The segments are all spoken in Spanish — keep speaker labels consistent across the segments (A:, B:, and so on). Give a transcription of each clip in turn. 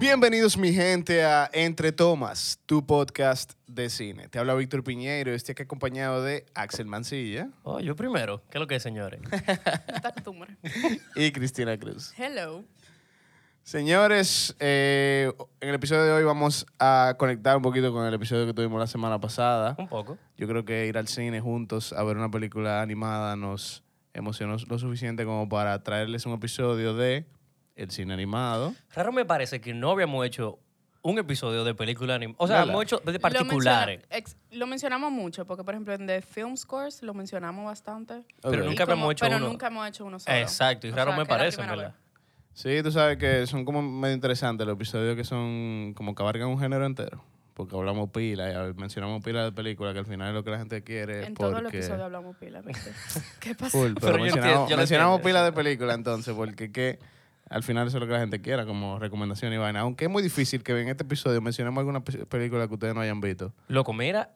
A: Bienvenidos mi gente a Entre Tomas, tu podcast de cine. Te habla Víctor Piñeiro, estoy aquí acompañado de Axel Mancilla
B: Oh, yo primero. ¿Qué es lo que es, señores?
C: Esta costumbre.
A: y Cristina Cruz.
C: Hello.
A: Señores, eh, en el episodio de hoy vamos a conectar un poquito con el episodio que tuvimos la semana pasada.
B: Un poco.
A: Yo creo que ir al cine juntos a ver una película animada nos emocionó lo suficiente como para traerles un episodio de El cine animado.
B: Raro me parece que no habíamos hecho un episodio de película anim- O sea,
A: Nada.
B: hemos hecho de
C: Lo menciona-
B: particulares.
C: ex- Lo, mencionamos mucho, porque por ejemplo en The Film Scores lo mencionamos bastante.
B: Pero
A: Ok.
B: nunca
C: Y como-
B: habíamos hecho
C: pero
B: uno.
C: nunca hemos hecho uno solo.
B: Exacto, y
C: O
B: raro me
C: sea, que es la
B: parece, en
C: primera
B: verdad.
A: Sí, tú sabes que son como medio interesantes los episodios que son como que abarcan un género entero. Porque hablamos pila y a- mencionamos pila de películas que al final es lo que la gente quiere.
C: vez. En
A: porque...
C: todo el episodio hablamos pila. ¿viste? ¿Qué pasa?
A: Full, pero
B: Pero yo entiendo,
A: mencionamos,
B: yo lo
A: mencionamos
B: entiendo.
A: pila de películas entonces, porque que al final eso es lo que la gente quiera como recomendación y vaina. Aunque es muy difícil que en este episodio mencionemos alguna pe- película que ustedes no hayan visto.
B: Loco, mira,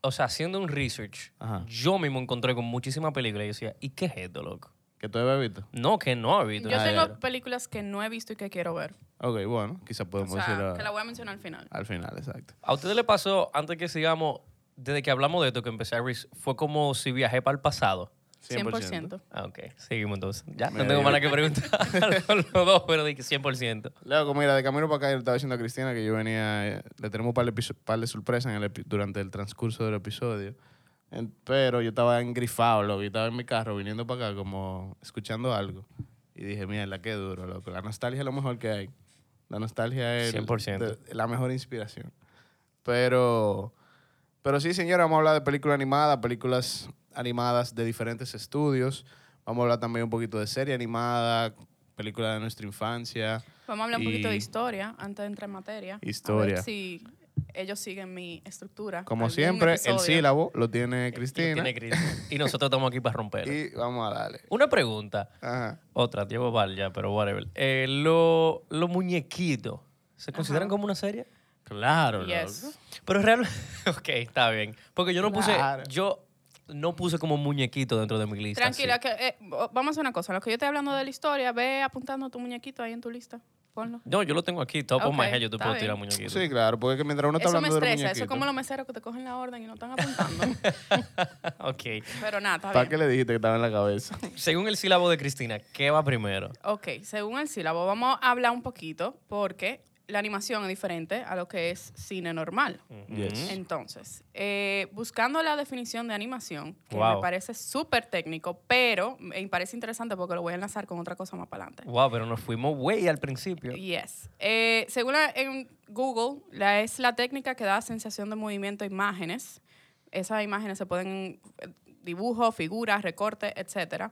B: o sea, haciendo un research,
A: Ajá.
B: yo mismo encontré con muchísimas películas y yo decía, ¿y qué es esto, loco?
A: Que tú habías visto.
B: No, que no he visto.
C: Yo
B: Ah,
C: tengo
B: ya.
C: películas que no he visto y que quiero ver.
A: Ok, bueno, quizás
C: O
A: podemos
C: sea, que la
A: decirlo
C: voy a mencionar al final.
A: al final, exacto.
B: ¿A ustedes les pasó, antes que sigamos, desde que hablamos de esto, que empecé a res- fue como si viajé para el pasado?
C: 100%.
B: Ah, ok. Seguimos entonces. Ya,
A: Mira,
B: no tengo
A: yo-
B: más nada que preguntar. Los dos, pero de que 100%.
A: Luego, mira, de camino para acá yo le estaba diciendo a Cristina que yo venía, eh, le tenemos un par de, episo- par de sorpresas en el epi- durante el transcurso del episodio. En- pero yo estaba engrifado, loco, y estaba en mi carro viniendo para acá como escuchando algo. Y dije, mierda, qué duro, loco. La nostalgia es lo mejor que hay. La nostalgia es el-
B: 100%.
A: de- la mejor inspiración. Pero, pero sí, señora, vamos a hablar de película animada, películas animadas de diferentes estudios. Vamos a hablar también un poquito de serie animada, película de nuestra infancia.
C: Vamos a hablar un poquito
A: Y-
C: de historia antes de entrar en materia. A
A: Historia.
C: ver si ellos siguen mi estructura.
A: Como
C: Algún
A: siempre, el
C: episodio. Eh,
A: sílabo lo tiene
B: Y
A: Cristina.
B: tiene Cristina. Y nosotros estamos aquí para romperlo.
A: Y vamos a darle.
B: Una pregunta.
A: Ajá.
B: Otra, llevo val ya, pero whatever. Eh, lo- Los muñequitos, ¿se consideran como una serie? Claro,
C: Yes.
B: loco. Pero realmente, ok, está bien. Porque yo no puse,
A: Claro.
B: yo no puse como muñequito dentro de mi lista.
C: Tranquila,
B: sí.
C: que, eh, o- vamos a hacer una cosa. Lo que yo estoy hablando de la historia, ve apuntando tu muñequito ahí en tu lista. Ponlo.
B: No, yo lo tengo aquí, top of
C: Ok,
B: my head, yo te
C: está
B: puedo
C: bien.
B: tirar muñequito.
A: Sí, claro, porque es que mientras uno está
C: eso me
A: hablando de
C: estresa. Eso es como los meseros que te cogen la orden y no están apuntando.
B: ok.
C: Pero nada, está
A: ¿Para
C: bien.
A: qué le dijiste que estaba en la cabeza?
B: Según el sílabo de Cristina, ¿qué va primero?
C: Ok, según el sílabo, vamos a hablar un poquito porque la animación es diferente a lo que es cine normal.
A: Yes.
C: Entonces, eh, buscando la definición de animación, que
B: Wow.
C: me parece súper técnico, pero eh, me parece interesante porque lo voy a enlazar con otra cosa más para adelante.
B: Mm, Wow, pero nos fuimos güey al principio.
C: Yes. Eh, según la- en Google, la, es la técnica que da sensación de movimiento a imágenes. Esas imágenes se pueden eh, dibujos, figuras, recortes, etcétera.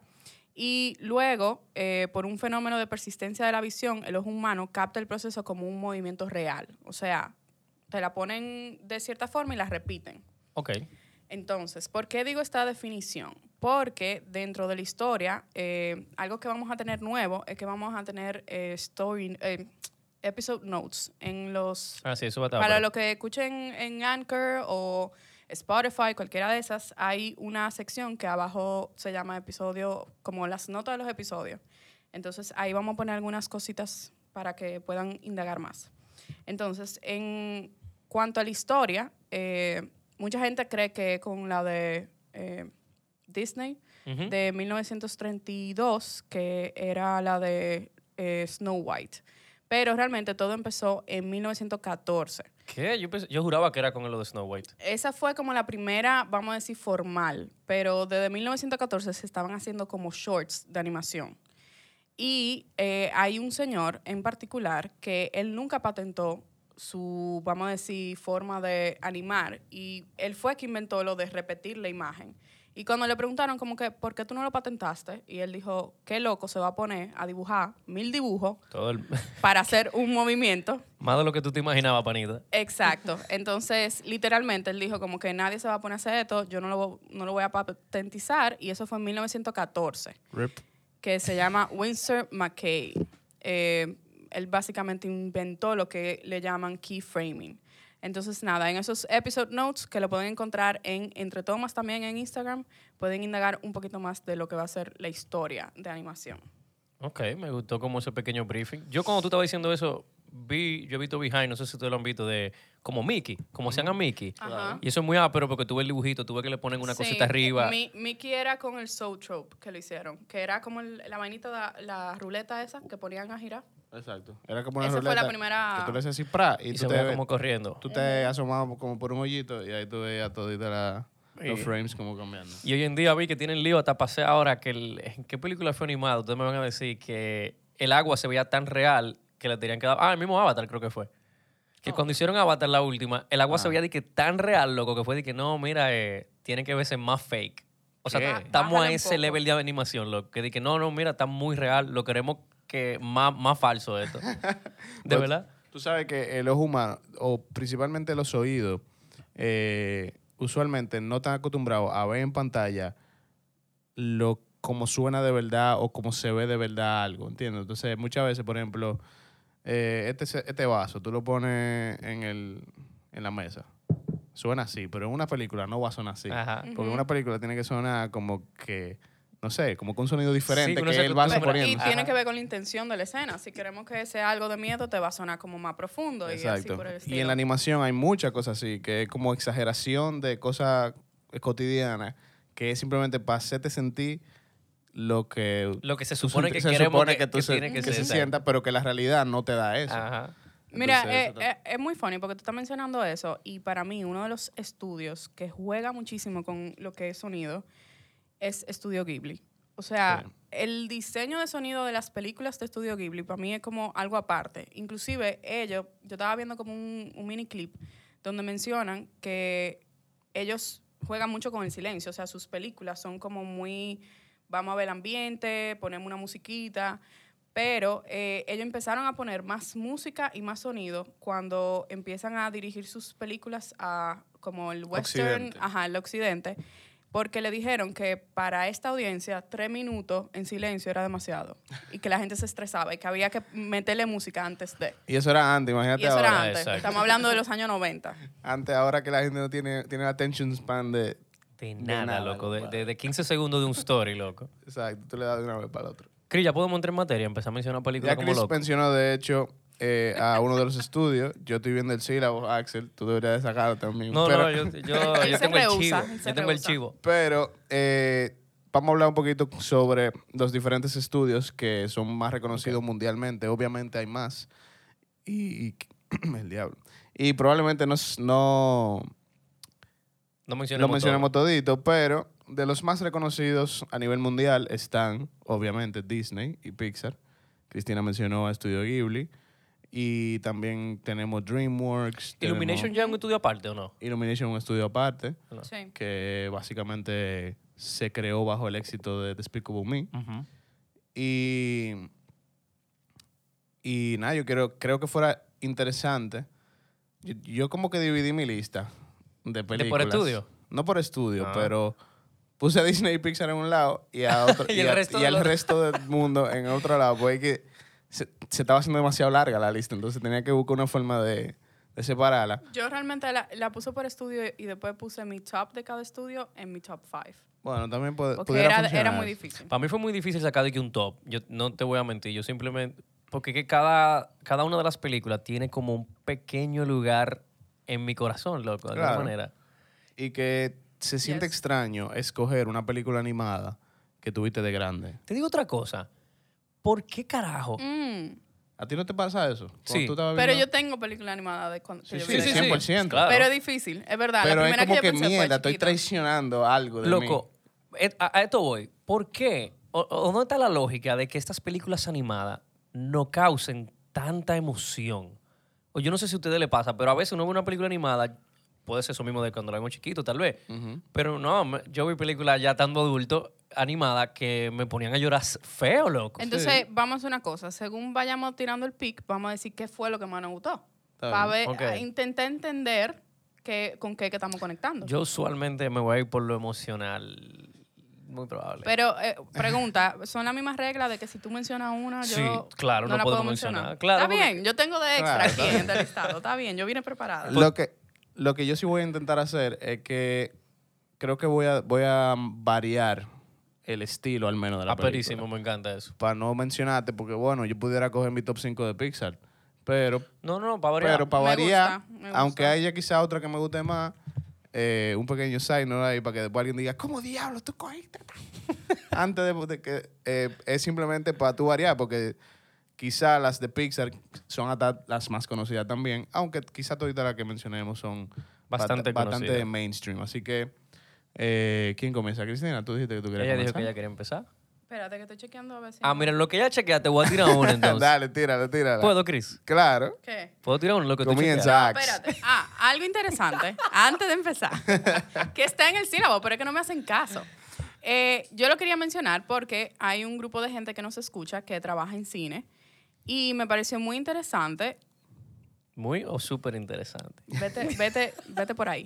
C: Y luego, eh, por un fenómeno de persistencia de la visión, el ojo humano capta el proceso como un movimiento real. O sea, te la ponen de cierta forma y la repiten.
B: Ok.
C: Entonces, ¿por qué digo esta definición? Porque dentro de la historia, eh, algo que vamos a tener nuevo es que vamos a tener eh, story, eh, episode notes en los...
B: Ah, sí, eso va a estar.
C: Para
B: bueno.
C: los que escuchen en Anchor o Spotify, cualquiera de esas, hay una sección que abajo se llama episodio, como las notas de los episodios. Entonces ahí vamos a poner algunas cositas para que puedan indagar más. Entonces, en cuanto a la historia, eh, mucha gente cree que con la de eh, Disney,
B: Ujú.
C: de 1932, que era la de eh, Snow White. Pero realmente todo empezó en 1914.
B: ¿Qué? Yo, pensé- yo juraba que era con lo de Snow White.
C: Esa fue como la primera, vamos a decir, formal, pero desde 1914 se estaban haciendo como shorts de animación. Y eh, hay un señor en particular que él nunca patentó su, vamos a decir, forma de animar y él fue quien inventó lo de repetir la imagen. Y cuando le preguntaron como que, ¿por qué tú no lo patentaste? Y él dijo, qué loco se va a poner a dibujar mil dibujos
B: Todo el...
C: para hacer un movimiento.
B: Más de lo que tú te imaginabas, panita.
C: Exacto. Entonces, literalmente, él dijo como que nadie se va a poner a hacer esto, yo no lo, vo- no lo voy a patentizar, y eso fue en 1914,
A: Rip.
C: que se llama Winsor McKay. Eh, él básicamente inventó lo que le llaman keyframing. Entonces, nada, en esos episode notes que lo pueden encontrar en Entre Tomas también en Instagram, pueden indagar un poquito más de lo que va a ser la historia de animación.
B: Ok, me gustó como ese pequeño briefing. Yo cuando tú estabas diciendo eso, vi, yo he visto Behind, no sé si ustedes lo han visto, de como Mickey, como hacían a Mickey.
C: Ajá.
B: Y eso es muy ápero porque tú ves el dibujito, tú ves que le ponen una
C: Ah. Sí,
B: cosita
C: eh,
B: arriba.
C: Mi, Mickey era con el Soul Trope que lo hicieron, que era como el- la vainita, da- la, ruleta esa que ponían a girar.
A: Exacto. Era como una
C: Esa fue la
A: ruleta
C: primera-
A: Que tú le haces así, pra, y,
B: Y
A: tú,
B: se
A: te,
B: ve como corriendo.
A: tú
C: Eh.
A: te asomabas como por un hoyito y ahí tú veías todita la- los
B: Y-
A: frames como cambiando.
B: Y hoy en día vi que tienen lío hasta pasé ahora que el, en qué película fue animada. Ustedes me van a decir que el agua se veía tan real que le tenían que dar. Ah, el mismo Avatar creo que fue. Que cuando hicieron Avatar la última, el agua se veía de que tan real, loco, que fue de que no, mira, eh, tiene que verse más fake. O sea,
A: ¿Qué?
B: ta- estamos a
C: Bájale un
B: ese
C: poco.
B: level de animación, loco. Que de que no, no, mira, está muy real, lo queremos que más, más falso esto. ¿De
A: Pero
B: verdad?
A: Tú sabes que el ojo humano, o principalmente los oídos, eh, usualmente no están acostumbrados a ver en pantalla lo como suena de verdad o como se ve de verdad algo, ¿entiendes? Entonces, muchas veces, por ejemplo, eh, este, se- este vaso, tú lo pones en, el, en la mesa. Suena así, pero en una película no va a sonar así.
B: Ajá.
A: Porque en una película tiene que sonar como que, no sé, como con un sonido diferente
B: que no
A: que,
B: sea que
A: el
B: tú
A: vaso
B: estás
C: Pero-
A: poniendo.
C: y tiene
B: Ajá.
C: que ver con la intención de la escena. Si queremos que sea algo de miedo, te va a sonar como más profundo. Y, así
A: Exacto.
C: por el
A: Y en
C: estilo.
A: la animación hay muchas cosas así, que es como exageración de cosas cotidianas, que es simplemente para hacerte sentir lo que
B: Lo que se
A: tú
B: supone
A: sent-
B: que
A: se
B: queremos
A: supone
B: que,
A: tú
B: que
A: se,
B: tiene que,
A: que
B: ser.
A: se sienta, pero que la realidad no te da eso.
B: Ajá.
C: Mira,
A: Entonces,
C: eh,
A: eso
C: eh, es muy funny porque tú estás mencionando eso y para mí uno de los estudios que juega muchísimo con lo que es sonido es Estudio Ghibli. O sea,
A: Sí.
C: el diseño de sonido de las películas de Estudio Ghibli para mí es como algo aparte. Inclusive ellos, yo estaba viendo como un, un mini clip donde mencionan que ellos juegan mucho con el silencio, o sea, sus películas son como muy, vamos a ver el ambiente, ponemos una musiquita, pero eh, ellos empezaron a poner más música y más sonido cuando empiezan a dirigir sus películas a como el western,
A: Occidente.
C: ajá, el occidente, porque le dijeron que para esta audiencia tres minutos en silencio era demasiado y que la gente se estresaba y que había que meterle música antes de.
A: Y eso era antes, imagínate
C: Y eso
A: ahora.
C: era antes,
B: exacto.
C: estamos hablando de los años 90.
A: Antes, ahora que la gente no tiene, tiene el attention span de...
B: De nada,
A: nada,
B: loco. De,
A: loco.
B: de- de 15 segundos de un story, loco.
A: Exacto, tú le das de una vez para el otro.
B: Cris, ya podemos entrar en materia. Empezar a mencionar películas
A: Ya
B: como
A: Chris
B: loco.
A: mencionó, de hecho, eh, a uno de los estudios. Yo estoy viendo el sílabo, Axel. Tú deberías de sacarlo también.
B: No,
A: pero,
B: no, yo, yo,
C: Él
B: yo
C: se
B: tengo el
C: rehúsa,
B: chivo.
C: él se
B: Yo tengo el
C: rehúsa.
B: chivo.
A: Pero eh, vamos a hablar un poquito sobre los diferentes estudios que son más reconocidos mundialmente. Obviamente hay más. Y, y- el diablo. Y probablemente no, s- no
B: No
A: lo
B: mencionemos.
A: mencionemos todito, pero de los más reconocidos a nivel mundial están, obviamente, Disney y Pixar. Cristina mencionó a Studio Ghibli. Y también tenemos DreamWorks.
B: todo. ¿Illumination
A: tenemos
B: ya es un estudio aparte o no?
A: Illumination, un estudio aparte,
C: Sí.
A: que básicamente se creó bajo el éxito de Despicable Me. Y, y nada, yo creo, creo que fuera interesante. Yo, yo como que dividí mi lista de películas.
B: estudio?
A: No por estudio,
B: Ah.
A: pero puse a Disney y Pixar en un lado y, a otro,
B: Y
A: y
B: el
A: a-
B: resto
A: y
B: del
A: al
B: otro.
A: resto del mundo en otro lado. Porque es que se, se estaba haciendo demasiado larga la lista, entonces tenía que buscar una forma de, de separarla.
C: Yo realmente la, la puse por estudio y después puse mi top de cada estudio en mi top 5.
A: Bueno, también pod-
C: Porque
A: pudiera
C: era, era
A: funcionar.
C: muy difícil.
B: Para mí fue muy difícil sacar de que un top. Yo no te voy a mentir. Yo simplemente. Porque que cada, cada una de las películas tiene como un pequeño lugar en mi corazón, loco, de
A: Claro.
B: alguna manera.
A: Y que se siente
C: Yes.
A: extraño escoger una película animada que tuviste de grande.
B: Te digo otra cosa. ¿Por qué carajo?
C: Mm,
A: ¿A ti no te pasa eso? Cuando
B: Sí.
A: tú estabas
C: pero
A: viendo-
C: yo tengo película animada de cuando que
A: Sí,
C: yo
A: sí,
C: vi
B: sí,
C: de
B: sí,
A: 100%.
C: grande.
B: claro.
C: Pero es difícil, es verdad.
A: Pero
C: la
A: es
C: primera
A: como
C: que,
A: que
C: yo pensé
A: mierda,
C: fue
A: estoy
C: chiquita.
A: traicionando algo de
B: Loco, et- a, a esto voy. ¿Por qué? O, o ¿Dónde está la lógica de que estas películas animadas no causen tanta emoción? O yo no sé si a ustedes les pasa, pero a veces uno ve una película animada, puede ser eso mismo de cuando la vemos chiquito, tal vez.
A: mí. Ujú.
B: Pero no, me- yo vi películas ya estando adulto, animada, que me ponían a llorar feo, loco.
C: Entonces, vamos a hacer una cosa. Según vayamos tirando el pick, vamos a decir qué fue lo que más nos gustó. Para ver,
B: Ok.
C: a- intenté entender qué- con qué que estamos conectando.
B: Yo usualmente me voy a ir por lo emocional. Muy probable.
C: Pero, eh, pregunta, ¿son las mismas reglas de que si tú mencionas una, yo
B: Sí, claro, no
C: la
B: puedo
C: puedo
B: mencionar.
C: mencionar?
B: Claro,
C: está
B: porque-
C: bien, yo tengo de extra
A: Claro, Pues
C: aquí
A: está
C: en el listado. Está bien, yo vine preparada.
A: Lo que, lo que yo sí voy a intentar hacer es que creo que voy a, voy a variar el estilo al
B: Ah,
A: menos de la película.
B: Aperísimo, me encanta eso.
A: Para no mencionarte, porque bueno, yo pudiera coger mi top 5 de Pixar, Pero,
B: No, no, no, para variar.
A: pero para
C: Me
A: variar,
C: gusta, me
A: aunque
C: gusta.
A: haya quizá otra que me guste más, eh, un pequeño side note ahí para que después alguien diga, ¿cómo diablos tú cogiste? Antes de, de que eh, es simplemente para tú variar, porque quizá las de Pixar son hasta las más conocidas también, aunque quizá todas las que mencionemos son
B: Bastante
A: bastante
B: conocidas.
A: mainstream. Así que, eh, ¿quién comienza? Cristina, tú dijiste que tú querías
B: ella dijo
A: comenzar.
B: que ella quería empezar.
C: Espérate, que estoy chequeando a ver si.
B: Ah, mira, lo que ya chequeaste, voy a tirar uno entonces.
A: Dale, tírala, tírala.
B: ¿Puedo, Chris?
A: Claro.
C: ¿Qué?
B: ¿Puedo tirar uno? Lo que tú chequeaste?
A: Comienza, Ax.
C: Espérate. Ah, algo interesante, antes de empezar, que está en el sílabo, pero es que no me hacen caso. Eh, yo lo quería mencionar porque hay un grupo de gente que nos escucha que trabaja en cine y me pareció muy interesante.
B: Muy oh, o súper interesante.
C: Vete, vete, vete por ahí.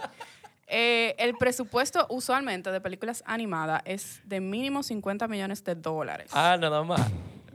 C: Eh, el presupuesto usualmente de películas animadas es de mínimo 50 millones de dólares.
B: Ah, nada más.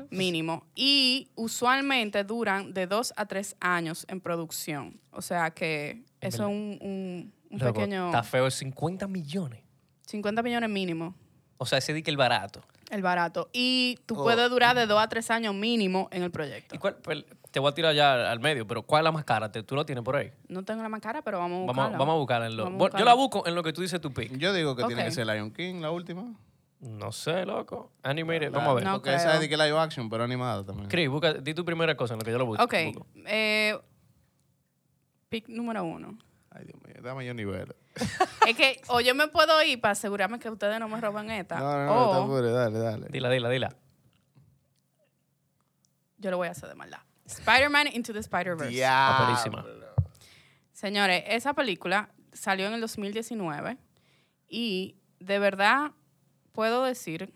C: mínimo. Y usualmente duran de dos a tres años en producción. O sea que
B: Es
C: eso es un, un- un
B: Loco,
C: pequeño...
B: Está feo, 50 millones.
C: 50 millones mínimo,
B: O sea, ese di que el barato.
C: el barato. Y tú
A: Oh.
C: puedes durar de dos a tres años mínimo en el proyecto.
B: ¿Y cuál, pel- te voy a tirar ya al- al medio, pero ¿cuál es la más cara? Te- ¿Tú lo tienes por ahí?
C: No tengo la más cara, pero vamos a
B: Vamos,
C: buscarla.
B: a- vamos a buscarla en lo.
C: Vamos a
B: Bueno, yo
C: buscarla.
B: la busco en lo que tú dices tu pick.
A: Yo digo que tiene
C: Ok.
A: que ser Lion King, la última.
B: No sé, loco. Animated, vamos a ver.
C: No
A: Porque
C: creo.
A: esa es de que live action, pero animada también.
B: Chris, busca, di tu primera cosa en lo que yo lo busco.
C: Ok.
B: pues, busco.
C: eh, pick número uno.
A: Ay, Dios mío, dame yo nivel.
C: es que o yo me puedo ir para asegurarme que ustedes no me roban esta.
A: No, no, no,
C: o
A: te apures, dale, dale.
B: Dila, dila, dila.
C: yo lo voy a hacer de maldad. Spider-Man Into the Spider-Verse.
B: Aperísima.
C: Señores, esa película salió en el 2019 y de verdad puedo decir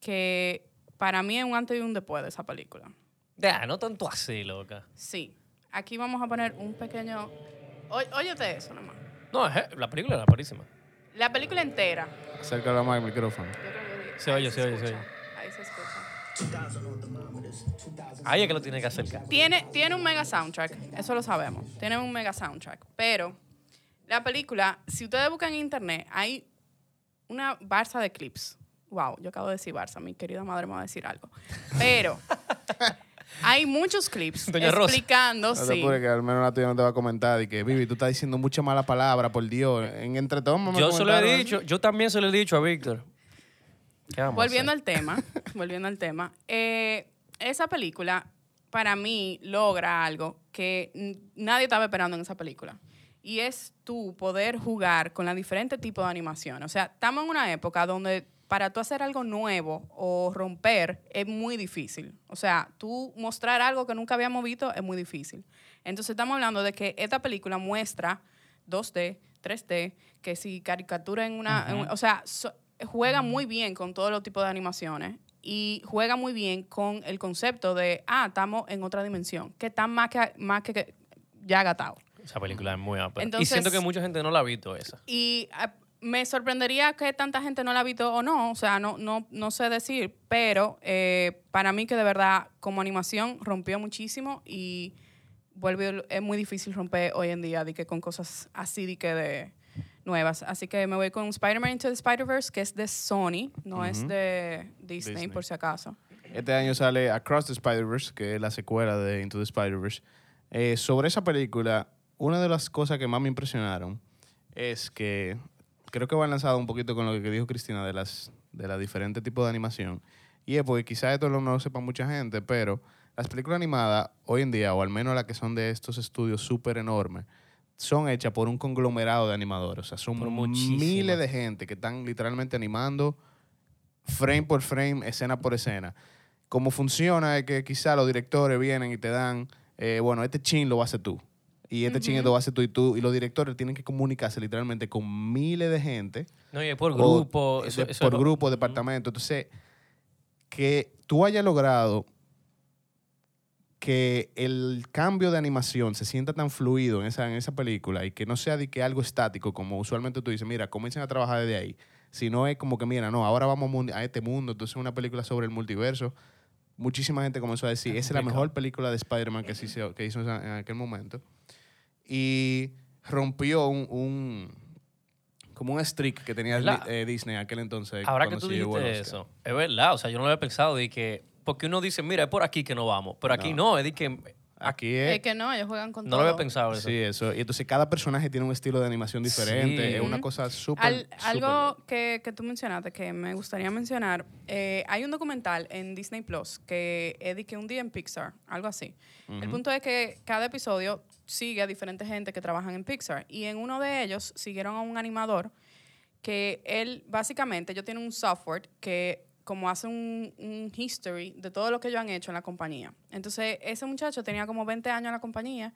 C: que para mí es un antes y un después de esa película.
B: Ya, no tanto así, loca.
C: Sí, aquí vamos a poner un pequeño... Ó- Óyete eso nomás.
B: No, es, eh, la película era parísima.
C: La película entera.
A: Acércala más al micrófono.
C: Yo creo que-
B: Se
C: ahí
B: oye, se oye, se
C: escucha,
B: oye.
C: Ahí se escucha.
B: Ahí es que lo tiene que acercar.
C: Tiene, tiene un mega soundtrack, eso lo sabemos. Tiene un mega soundtrack, pero la película, si ustedes buscan en internet, hay una barza de clips. Wow, yo acabo de decir barza, mi querida madre me va a decir algo. Pero hay muchos clips
B: Doña Rosa.
C: explicando,
A: No te
C: Oh, sí.
A: apures, que al menos la tuya no te va a comentar. Y que, Vivi, tú estás diciendo mucha mala palabra, por Dios. En entre todos me
B: Yo se lo
A: comentaron
B: he
A: eso.
B: dicho, yo también se lo he dicho a Víctor. ¿Qué vamos a
C: Volviendo
B: hacer?
C: al tema, volviendo al tema, eh, esa película para mí logra algo que n- nadie estaba esperando en esa película. Y es tú poder jugar con los diferentes tipos de animación. O sea, estamos en una época donde para tú hacer algo nuevo o romper es muy difícil. O sea, tú mostrar algo que nunca habíamos visto es muy difícil. Entonces estamos hablando de que esta película muestra 2D, 3D, que si caricatura en una... en un- o sea, so- juega muy bien con todos los tipos de animaciones y juega muy bien con el concepto de, ah, estamos en otra dimensión, que está más que, más que- que ya agatado.
B: Esa película es muy ápera. y
C: Entonces-
B: siento que mucha gente no la ha visto esa.
C: Y ah, me sorprendería que tanta gente no la ha visto o no, o sea, no, no, no sé decir, pero eh, para mí que de verdad como animación rompió muchísimo y vuelve, es muy difícil romper hoy en día de que con cosas así de que de nuevas. Así que me voy con Spider-Man Into the Spider-Verse, que es de Sony, no es de Disney,
A: Disney.
C: por si acaso.
A: Este año sale Across the Spider-Verse, que es la secuela de Into the Spider-Verse. Eh, sobre esa película, una de las cosas que más me impresionaron es que creo que va lanzado un poquito con lo que dijo Cristina de las de los diferentes tipos de animación. Y es porque quizás esto no lo sepa mucha gente, pero las películas animadas hoy en día, o al menos las que son de estos estudios súper enormes, son hechas por un conglomerado de animadores. O sea, son
B: Por muchísimas.
A: miles de gente que están literalmente animando frame por frame, escena por escena. Cómo funciona es que quizá los directores vienen y te dan, eh, bueno, este chin lo vas a hacer tú. Y este chin lo vas a hacer tú y tú. Y los directores tienen que comunicarse literalmente con miles de gente.
B: No, y es por
A: o
B: grupo.
A: Oh, de-
B: eso- eso
A: por
B: es-
A: grupo, departamento. Entonces, que tú hayas logrado que el cambio de animación se sienta tan fluido en esa, en esa película y que no sea de que algo estático, como usualmente tú dices, mira, comiencen a trabajar desde ahí. Sino es como que, mira, no, ahora vamos mun- a este mundo, entonces una película sobre el multiverso. Muchísima gente comenzó a decir, esa es la mejor película de Spider-Man que, se hizo- que hizo en en aquel momento. Y rompió un, un- como un streak que tenía
B: ¿Verdad?
A: Di- eh, Disney en aquel entonces.
B: Ahora que
A: cuando
B: tú
A: se llevó el
B: dijiste
A: Oscar.
B: eso, es verdad, o sea, yo no lo había pensado de que, porque uno dice, mira, es por aquí que no vamos, pero aquí no, es de que
A: Aquí es.
C: Es que no, ellos juegan con
B: No
C: todo.
B: lo había pensado eso.
A: Sí, eso. Y entonces cada personaje tiene un estilo de animación diferente.
B: Sí.
A: Es una
C: Ujú.
A: cosa súper.
C: Al- algo
A: súper-
C: que, que tú mencionaste que me gustaría mencionar, eh, hay un documental en Disney Plus que dediqué un día en Pixar, algo así. El punto es que cada episodio sigue a diferentes gente que trabajan en Pixar y en uno de ellos siguieron a un animador que él básicamente, ellos tienen un software que como hace un, un history de todo lo que ellos han hecho en la compañía. Entonces, ese muchacho tenía como 20 años en la compañía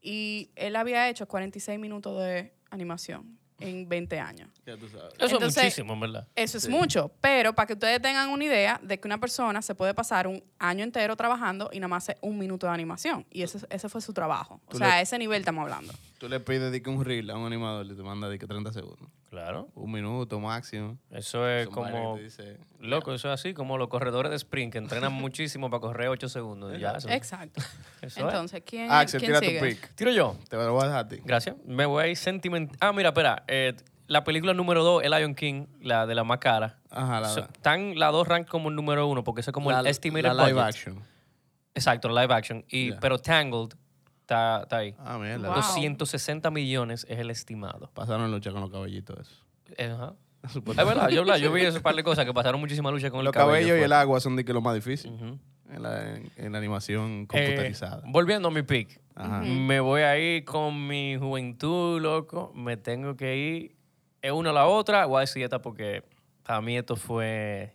C: y él había hecho 46 minutos de animación en 20 años.
A: Ya tú sabes.
B: Eso es
C: Entonces-
B: muchísimo, en verdad.
C: Eso es
A: Sí.
C: mucho, pero para que ustedes tengan una idea de que una persona se puede pasar un año entero trabajando y nada más hace un minuto de animación. Y ese, ese fue su trabajo. O
A: Tú
C: sea,
A: le-
C: a ese nivel estamos hablando.
A: Tú le pides de que un reel a un animador y te manda de que 30 segundos.
B: Claro.
A: Un minuto máximo.
B: Eso es
A: Son vainas
B: Eh, como...
A: que te dice,
B: Loco, eso es así como los corredores de sprint que entrenan muchísimo para correr 8 segundos. y ya, eso,
C: Exacto.
B: eso es.
C: Entonces, ¿quién,
A: Axel,
C: Eh,
A: tira
C: ¿quién sigue?
A: tu pick.
B: Tiro yo.
A: Te lo voy a dejar a ti.
B: Gracias. Me voy a ir sentimental. Ah, mira, espera. eh, la película número 2, El Lion King, la de la más cara.
A: Ajá, la,
B: So- están las dos rank como el número uno porque eso es como
A: la-
B: el estimated
A: la live
B: budget.
A: action.
B: Exacto, la live action. Y,
A: Ya.
B: Pero Tangled está, está ahí.
A: Ah, mira.
C: Wow.
B: 260 millones es el estimado.
A: Pasaron lucha con los caballitos. eso.
B: Eh, ajá. Es verdad, yo, la- yo vi ese par de cosas que pasaron muchísima lucha con
A: Los
B: el cabello.
A: cabellos y
B: fue.
A: el agua son de que lo más difícil
B: Ujú.
A: en, la, en- en la animación
B: Eh,
A: computerizada.
B: volviendo a mi pick.
A: Ajá.
B: Me voy a ir con mi juventud, loco. Me tengo que ir. Es una a la otra. Voy a decir esta porque para mí esto fue.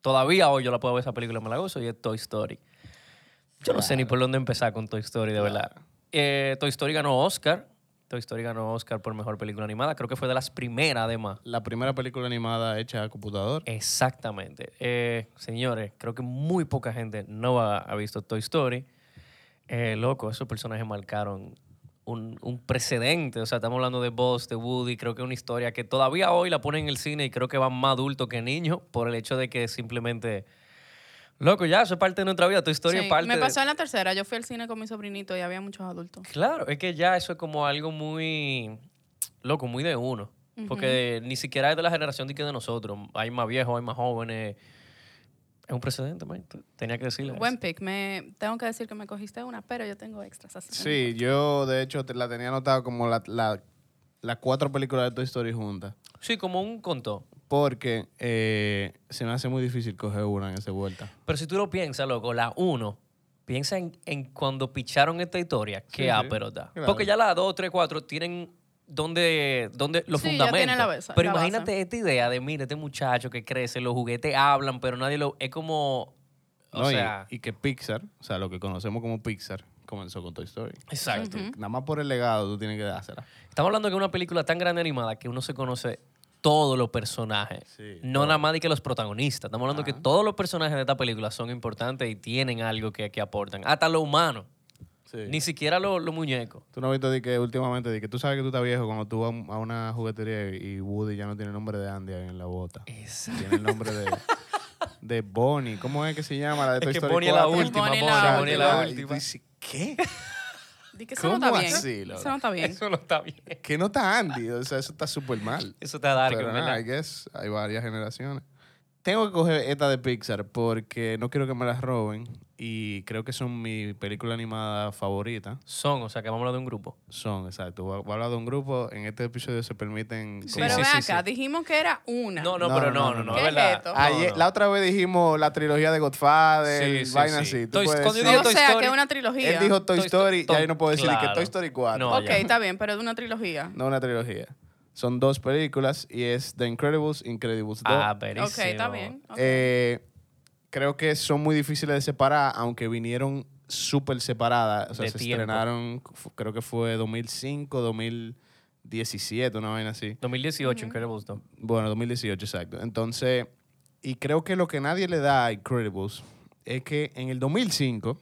B: Todavía hoy yo la puedo ver esa película, me la gozo, y es Toy Story. Yo no sé ni por dónde empezar con Toy Story, de verdad. Eh, Toy Story ganó Oscar. Toy Story ganó Oscar por mejor película animada. Creo que fue de las primeras, además.
A: La primera película animada hecha a computador.
B: Exactamente. Eh, señores, creo que muy poca gente no ha, ha visto Toy Story. Eh, loco, esos personajes marcaron un, un precedente. O sea, estamos hablando de Buzz, de Woody. Creo que es una historia que todavía hoy la ponen en el cine y creo que van más adultos que niños por el hecho de que simplemente... Loco, ya, eso es parte de nuestra vida. Toy Story
C: Sí,
B: es parte
C: me
B: de-
C: pasó en la tercera. Yo fui al cine con mi sobrinito y había muchos adultos.
B: Claro, es que ya eso es como algo muy loco, muy de uno. Porque ni siquiera es de la generación de que de nosotros. Hay más viejos, hay más jóvenes. Es un precedente, man. T- Tenía que decirle.
C: Buen
B: eso.
C: pick. Me, tengo que decir que me cogiste una, pero yo tengo extras. Así que-
A: Sí, yo de hecho te- la tenía anotada como la- la- las cuatro películas de Toy Story juntas.
B: Sí, como un conto.
A: Porque eh, se me hace muy difícil coger una en esa vuelta.
B: Pero si tú lo piensas, loco, la uno, piensa en, en cuando picharon esta historia,
A: Sí,
B: qué a
A: sí.
B: pelota.
A: Claro.
B: Porque ya la dos, tres, cuatro tienen donde, donde los
C: Sí, ya
B: fundamentos.
C: tienen la base-
B: pero
C: la base.
B: imagínate esta idea de, mira, este muchacho que crece, los juguetes hablan, pero nadie lo... Es como... O
A: No, y-
B: sea...
A: y, que Pixar, o sea, lo que conocemos como Pixar, comenzó con Toy Story.
B: Exacto.
A: Nada más por el legado tú tienes que dársela.
B: Estamos hablando de que una película tan grande animada que uno se conoce todos los personajes.
A: Sí,
B: no nada más de que los protagonistas. Estamos hablando de que todos los personajes de esta película son importantes y tienen algo que, que aportan. Hasta los humanos.
A: Sí.
B: Ni siquiera los los muñecos.
A: Tú no has visto de que últimamente, de que tú sabes que tú estás viejo cuando tú vas a un- a una juguetería y y Woody ya no tiene el nombre de Andy ahí en la bota. Tiene el nombre de, de Bonnie. ¿Cómo es que se llama la de
B: Es
A: Toy
B: que
A: Story
B: Bonnie es la
A: 4?
B: última,
C: Bonnie es
A: O sea,
B: Bonnie, Bonnie es la
A: y tú
B: última.
A: dices, ¿Qué?
C: Di que eso no
A: ¿Cómo
C: está bien.
A: así, loco?
C: Eso no está bien.
B: Eso no está bien.
A: Que no está Andy. O sea, eso está súper mal.
B: Eso está dark,
A: Pero ah,
B: ¿verdad?
A: nada, I guess, hay varias generaciones. Tengo que coger esta de Pixar porque no quiero que me las roben y creo que son mi película animada favorita.
B: Son, o sea, que vamos a hablar de un grupo.
A: Son, exacto. Voy a- voy a hablar de un grupo. En este episodio se permiten...
B: Sí,
A: como-
C: pero
B: sí,
C: ven
B: sí,
C: acá,
B: sí.
C: dijimos que era una.
B: No, no,
A: No,
B: pero
A: no,
B: no,
A: no,
B: no, no,
A: no.
B: es
C: ¿Qué
B: verdad.
C: reto?
B: No,
A: Ayer-
B: no.
A: La otra vez dijimos la trilogía de Godfather,
B: Sí, sí,
A: vaina
B: sí.
A: así. Tú
B: Toy-
A: puedes
B: cuando yo
A: decir-
B: digo
C: o
B: Toy
C: sea,
B: Story-
C: que es una trilogía.
A: Él dijo Toy,
B: Toy
A: Story,
B: Story-
A: ya yo no puedo decir
B: claro.
A: que Toy Story 4.
B: No,
A: No.
C: ok,
B: ya.
C: está bien, pero de una trilogía.
A: una trilogía. Son dos películas y es The Incredibles, Incredibles 2.
B: Ah, pero
C: ok, está bien. ok.
A: Eh, creo que son muy difíciles de separar, aunque vinieron súper separadas. O sea,
B: De
A: se
B: tiempo.
A: estrenaron, fu- creo que fue 2005, 2017, una vaina así.
B: 2018, Incredibles 2.
A: Bueno, 2018, exacto. Entonces, y creo que lo que nadie le da a Incredibles es que en el 2005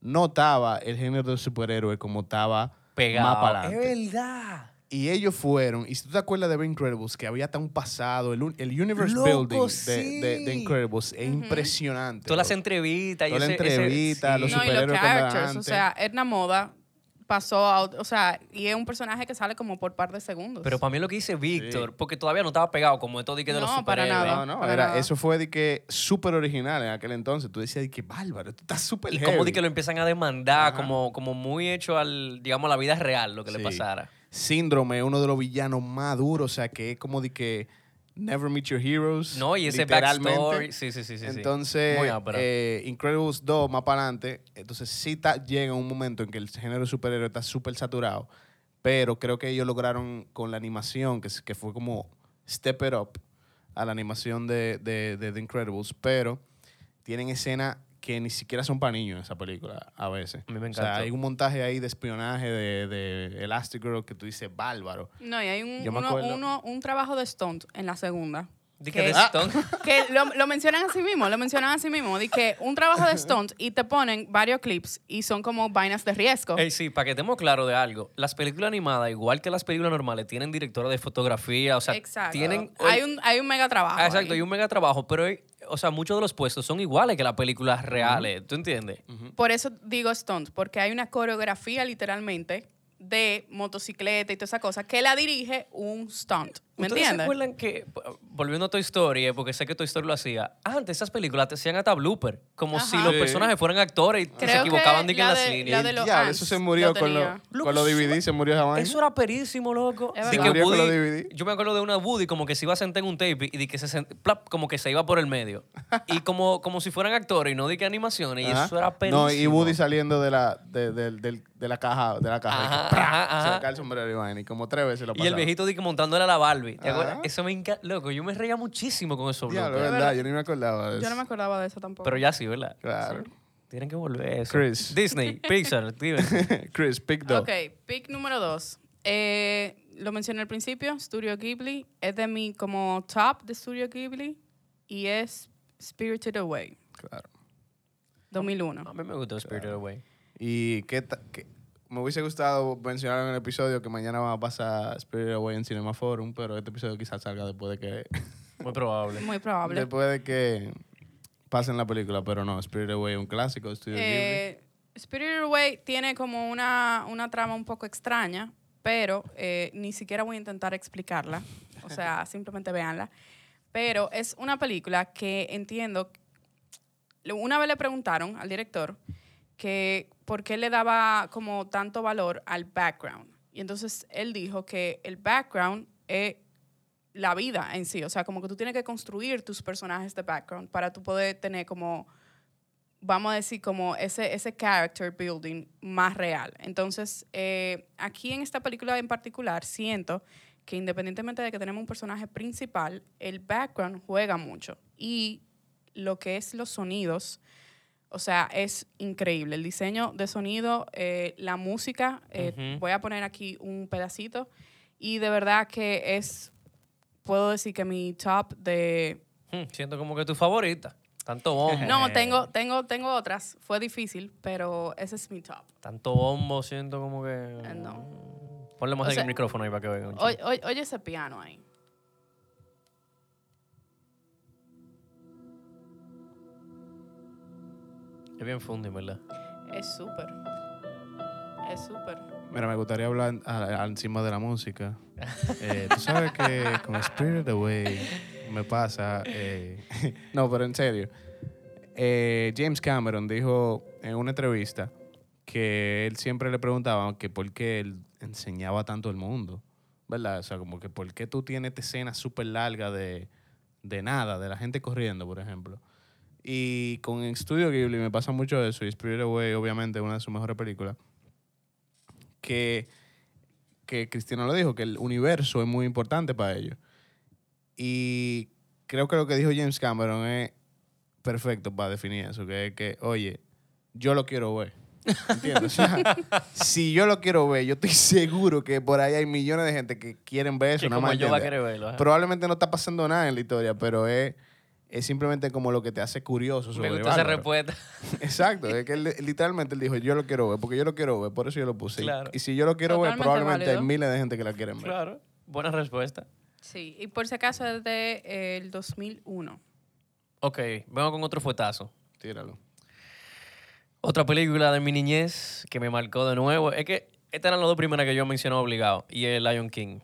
A: no estaba el género de superhéroe como estaba
B: Pegado.
A: más para adelante.
B: Es verdad.
A: Y ellos fueron, y si tú te acuerdas de The Incredibles, que había hasta un pasado, el, un- el universe
B: Loco,
A: building de,
B: sí.
A: de- de Incredibles es impresionante.
B: Todas las
A: loco.
B: entrevistas. y
A: Todas las
B: ese- ese-
A: entrevistas, los
C: no, y los
A: superhéroes cuando eran
C: characters, o
A: antes.
C: sea, era una moda pasó a ot- O sea, y es un personaje que sale como por par de segundos.
B: Pero para mí lo que dice Víctor, porque todavía no estaba pegado como esto de que de los
C: No, para
B: superhéroes.
A: No,
C: nada.
A: no,
C: para
A: era-
C: nada.
A: eso fue de que súper original en aquel entonces. Tú decías de que bárbaro, tú estás súper
B: Y
A: Pues heavy.
B: como de que lo empiezan a
A: Ajá.
B: demandar, como, como muy hecho al, digamos, a la vida real lo que le
A: Sí.
B: pasara.
A: Síndrome, uno de los villanos más duros, o sea, que es como de que never meet your heroes.
B: No, y ese
A: literalmente.
B: backstory. Sí, sí, sí, sí. sí.
A: Entonces,
B: Muy ápera.
A: eh, Incredibles 2 más para adelante, entonces sí ta- llega un momento en que el género de superhéroe está súper saturado, pero creo que ellos lograron con la animación, que, s- que fue como step it up a la animación de, de, de The Incredibles, pero tienen escenas que ni siquiera son para niños en esa película a veces.
B: A mí me
A: O sea,
B: encantó.
A: hay un montaje ahí de espionaje de, de Elastigirl que tú dices bárbaro.
C: No, y hay un,
A: Yo me
C: uno-
A: acuerdo-
C: uno- un trabajo de stunt en la segunda.
B: Di
C: que-
B: que de
A: Ah.
B: Stone-
C: Que lo, lo mencionan así mismo, lo mencionan así mismo. De que un trabajo de stunt y te ponen varios clips y son como vainas de riesgo.
B: Ey, sí, para que estemos claros de algo, las películas animadas, igual que las películas normales, tienen directora de fotografía, o sea,
C: exacto.
B: tienen...
C: hay, un, hay un mega trabajo.
B: Ah, exacto,
C: ahí.
B: hay un mega trabajo, pero, hay- o sea, muchos de los puestos son iguales que las películas reales, ¿tú entiendes?
C: Por eso digo stunt, porque hay una coreografía literalmente de motocicleta y toda esa cosa que la dirige un stunt. ¿Me
B: ¿Ustedes se
C: entiendes?
B: acuerdan que, p- volviendo a Toy Story, eh, porque sé que Toy Story lo hacía, ah, antes esas películas te hacían hasta blooper, como si
C: Ajá.
B: los
A: Sí.
B: personajes fueran actores y se
C: Creo
B: equivocaban
C: que
B: de que en
C: la
B: las
C: de-
B: líneas.
C: la de los
A: Diablo,
C: Ants
A: eso se murió
C: lo
A: con, lo,
C: tenía.
A: con los DVD, se murió esa vaina.
B: Eso era perísimo, loco.
C: Es
B: Di
C: verdad.
B: que
A: Murió con los
B: Woody-
A: DVD.
B: yo me acuerdo de una Woody como que se iba a sentar en un tape y di que se sent- plap, como que se iba por el medio. Y como, como si fueran actores y no di que animaciones. Y
A: Ajá.
B: eso era perísimo.
A: No, y Woody saliendo de la, de, del- del- de la caja, de la caja.
B: Ajá,
A: y que, ¡prá!
B: ajá, ajá.
A: Se le cae el sombrero y vaina, y como tres veces lo
B: Y el
A: pasaba.
B: viejito di que montándole a la Barbie. ¿Te
A: Ajá.
B: acuerdas? Eso me encanta. Loco, yo me reía muchísimo con eso,
A: Diablo,
B: loco.
A: es verdad, yo ni me acordaba de eso.
C: Yo no me acordaba de eso tampoco.
B: Pero ya sí, ¿verdad?
A: Claro.
B: Tienen que volver eso.
A: Chris.
B: Disney, Pixar, dime.
A: Chris, pick up.
C: Ok, pick número dos. Eh, lo mencioné al principio, Studio Ghibli. Es de mi como top de Studio Ghibli y es Spirited Away,
A: Claro.
C: 2001.
B: A mí me gustó Spirited Away.
A: Y qué ta- qué- me hubiese gustado mencionar en el episodio que mañana va a pasar Spirit Away en Cinema Forum, pero este episodio quizás salga después de que,
B: Muy probable.
C: Muy probable.
A: después de que pasen la película, pero no, Spirit Away es un clásico de Studio Ghibli.
C: Eh, Spirited Away tiene como una, una trama un poco extraña, pero eh, ni siquiera voy a intentar explicarla. O sea, simplemente véanla. Pero es una película que entiendo. Una vez le preguntaron al director que por qué le daba como tanto valor al background. Y entonces él dijo que el background es la vida en sí. O sea, como que tú tienes que construir tus personajes de background para tú poder tener como vamos a decir, como ese, ese character building más real. Entonces, eh, aquí en esta película en particular, siento que independientemente de que tenemos un personaje principal, el background juega mucho. Y lo que es los sonidos, o sea, es increíble. El diseño de sonido, eh, la música, eh,
B: Ujú.
C: voy a poner aquí un pedacito. Y de verdad que es, puedo decir que mi top de,
B: Hmm, siento como que tu favorita. Tanto bombo.
A: Eh.
C: no, tengo, tengo, tengo otras. Fue difícil, pero ese es mi top.
B: Tanto bombo, siento como que. mm,
C: Eh, no.
B: Ponle más
C: O
B: aquí
C: sea,
B: el micrófono ahí para que oigan.
C: Oye, oye- oye ese piano ahí.
B: Es bien fundy, en ¿verdad?
C: Es súper. Es súper.
A: Mira, me gustaría hablar a- a- encima de la música. Eh, Tú sabes que con Spirit Away me pasa. eh, no, pero en serio. Eh, James Cameron dijo en una entrevista que él siempre le preguntaban que por qué él enseñaba tanto al mundo. ¿Verdad? O sea, como que por qué tú tienes esta escena súper larga de, de nada, de la gente corriendo, por ejemplo. Y con Studio Ghibli me pasa mucho eso. Y Spirit Away, obviamente, es una de sus mejores películas que, que Cristiano lo dijo, que el universo es muy importante para ellos. Y creo que lo que dijo James Cameron es perfecto para definir eso, que es que, oye, yo lo quiero ver. ¿Entiendes? O sea, si yo lo quiero ver, yo estoy seguro que por ahí hay millones de gente que quieren ver eso.
B: Que
A: nada
B: como
A: más,
B: yo va a
A: ¿entiendes?
B: querer verlo. ajá.
A: Probablemente no está pasando nada en la historia, pero es, es simplemente como lo que te hace curioso sobre
B: Me gustó esa
A: Bárbaro.
B: respuesta.
A: Exacto, es que él, literalmente él dijo, yo lo quiero ver, porque yo lo quiero ver, por eso yo lo puse. Y-
B: Claro.
A: Y si yo lo quiero
C: Totalmente
A: ver, probablemente
C: válido.
A: hay miles de gente que la quieren ver.
B: claro. Buena respuesta.
C: Sí, y por si acaso es de eh, el 2001.
B: Ok, vengo con otro fuetazo.
A: Tíralo.
B: Otra película de mi niñez que me marcó de nuevo. Es que Estas eran las dos primeras que yo mencioné obligado. Y el Lion King.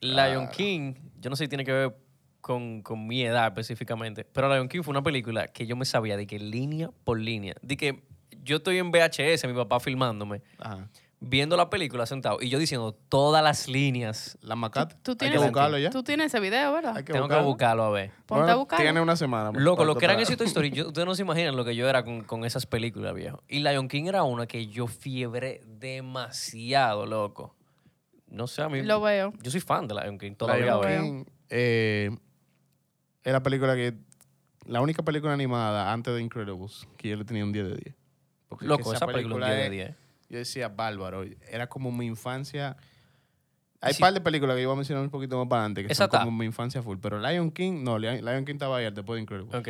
B: Lion King, yo no sé si tiene que ver con, con mi edad específicamente, pero Lion King fue una película que yo me sabía de que línea por línea. De que yo estoy en VHS, mi papá filmándome,
A: Ajá.
B: viendo la película sentado y yo diciendo todas las líneas.
A: La macate.
C: Tú
A: Hay
C: tienes,
A: que buscarlo ya.
C: tú tienes ese video, ¿verdad?
A: Hay que
B: Tengo que
A: buscarlo.
B: buscarlo a ver.
C: Ponte a buscarlo.
A: Tiene una semana. pues.
B: Loco, lo que eran
A: eso
B: esas historias, yo- ustedes no se imaginan lo que yo era con, con esas películas, viejo. Y Lion King era una que yo fiebre demasiado, loco. No sé, a mí.
C: Lo veo.
B: Yo soy fan de Lion King
A: Lion
B: todavía.
C: veo.
B: hoy.
A: King, eh, es la película que. La única película animada antes de Incredibles que yo le tenía un 10 de 10. Porque es que
B: Loco, esa película es un 10 de
A: es-
B: 10.
A: Yo decía, bárbaro. Era como mi infancia. Hay
B: Sí.
A: par de películas que yo voy a mencionar un poquito más para adelante que
B: Esa
A: son
B: está.
A: como mi infancia full. Pero Lion King, no, Lion Lion King estaba ahí después de Incredibles.
B: Ok.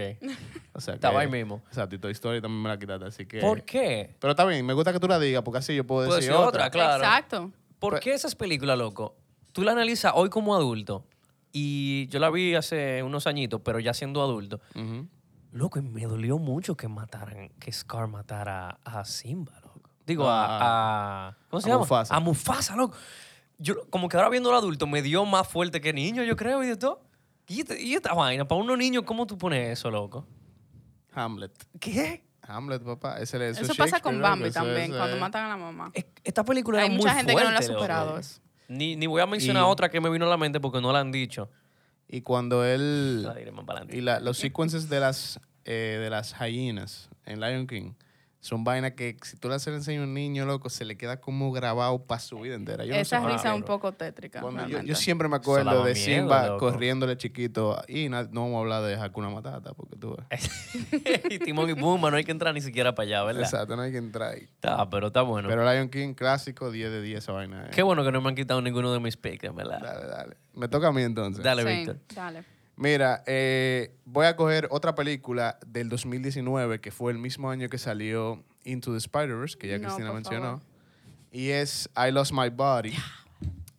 A: O sea, que-
B: Estaba ahí mismo.
A: Exacto, y Toy Story también me la quitaste, así que...
B: ¿Por qué?
A: Pero está bien, me gusta que tú la digas porque así yo puedo
B: Puedo
A: decir,
B: decir
A: otra.
B: otra, Claro.
C: Exacto.
B: ¿Por
A: Pues-
B: qué esas películas, loco? Tú la analizas hoy como adulto. Y yo la vi hace unos añitos, pero ya siendo adulto.
A: Ujú.
B: Loco, y me dolió mucho que mataran, que Scar matara a Simba, loco. Digo, a, Ah. a- ¿Cómo se
A: A
B: llama?
A: Mufasa.
B: A Mufasa, loco. Yo, como que ahora viendo al adulto me dio más fuerte que niño, yo creo, y de todo. Y esta, y esta vaina, para unos niños, ¿cómo tú pones eso, loco?
A: Hamlet.
B: ¿Qué?
A: Hamlet, papá. Ese le-
C: Eso,
A: es
C: pasa
A: Shakespeare,
C: con
A: loco,
C: Bambi
A: eso-
C: también,
A: eso
C: cuando
A: es- eh,
C: matan a la mamá.
B: Es- Esta película
C: Hay
B: era
C: mucha
B: muy
C: gente que no la ha
B: fuerte, loco.
C: superado eso.
B: Ni, ni voy a mencionar
A: Y-
B: otra que me vino a la mente porque no la han dicho.
A: Y cuando él...
B: La diré más para adelante.
A: Y la- los sequences de las, eh, de las hyenas en Lion King son vainas que si tú las enseñas a un niño, loco, se le queda como grabado para su vida entera. Yo no
C: Esa
A: sé por
C: risa es
A: qué.
C: un poco tétrica.
A: Cuando yo,
C: realmente.
A: yo siempre me
B: Eso daba
A: acuerdo de
B: miedo,
A: Simba
B: loco.
A: corriéndole chiquito y na- no vamos a hablar de Hakuna Matata porque tú ves.
B: y Timón y Pumba, no hay que entrar ni siquiera para allá, ¿verdad?
A: Exacto, no hay que entrar ahí.
B: Está, pero está bueno.
A: Pero Lion King clásico, 10 de 10 esa vaina. eh.
B: Qué bueno que no me han quitado ninguno de mis picks, ¿verdad?
A: Dale, dale. Me toca a mí entonces.
B: Dale,
C: Sí,
B: Víctor.
C: Dale.
A: Mira, eh, voy a coger otra película del 2019 que fue el mismo año que salió Into the Spider-Verse, que ya
C: No,
A: Cristina
C: por
A: mencionó.
C: favor.
A: Y es I Lost My Body,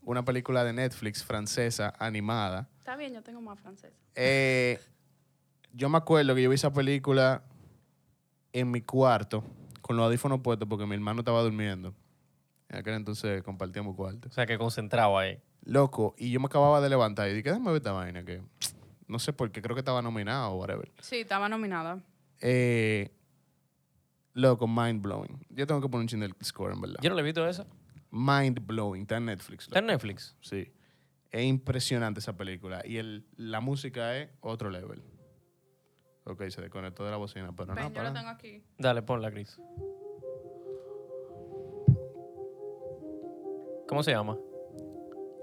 A: una película de Netflix francesa animada.
C: Está bien, yo tengo más francés.
A: Eh, yo me acuerdo que yo vi esa película en mi cuarto con los audífonos puestos porque mi hermano estaba durmiendo. En aquel entonces compartíamos cuarto.
B: O sea, que concentrado ahí.
A: Loco, y yo me acababa de levantar y dije, déjame ver esta vaina que no sé por qué, creo que estaba nominado o whatever.
C: Sí, estaba nominada.
A: Eh, loco, mind blowing. Yo tengo que poner un chin del score, en verdad.
B: Yo no le he visto eso.
A: Mind blowing, está en Netflix.
B: Está
A: loco.
B: en Netflix.
A: Sí. Es impresionante esa película. Y el, la música es otro level. Ok, se desconectó de la bocina, pero no.
C: Ven, Pues yo
A: para.
C: lo tengo aquí.
B: Dale, ponla, Chris. ¿Cómo se llama?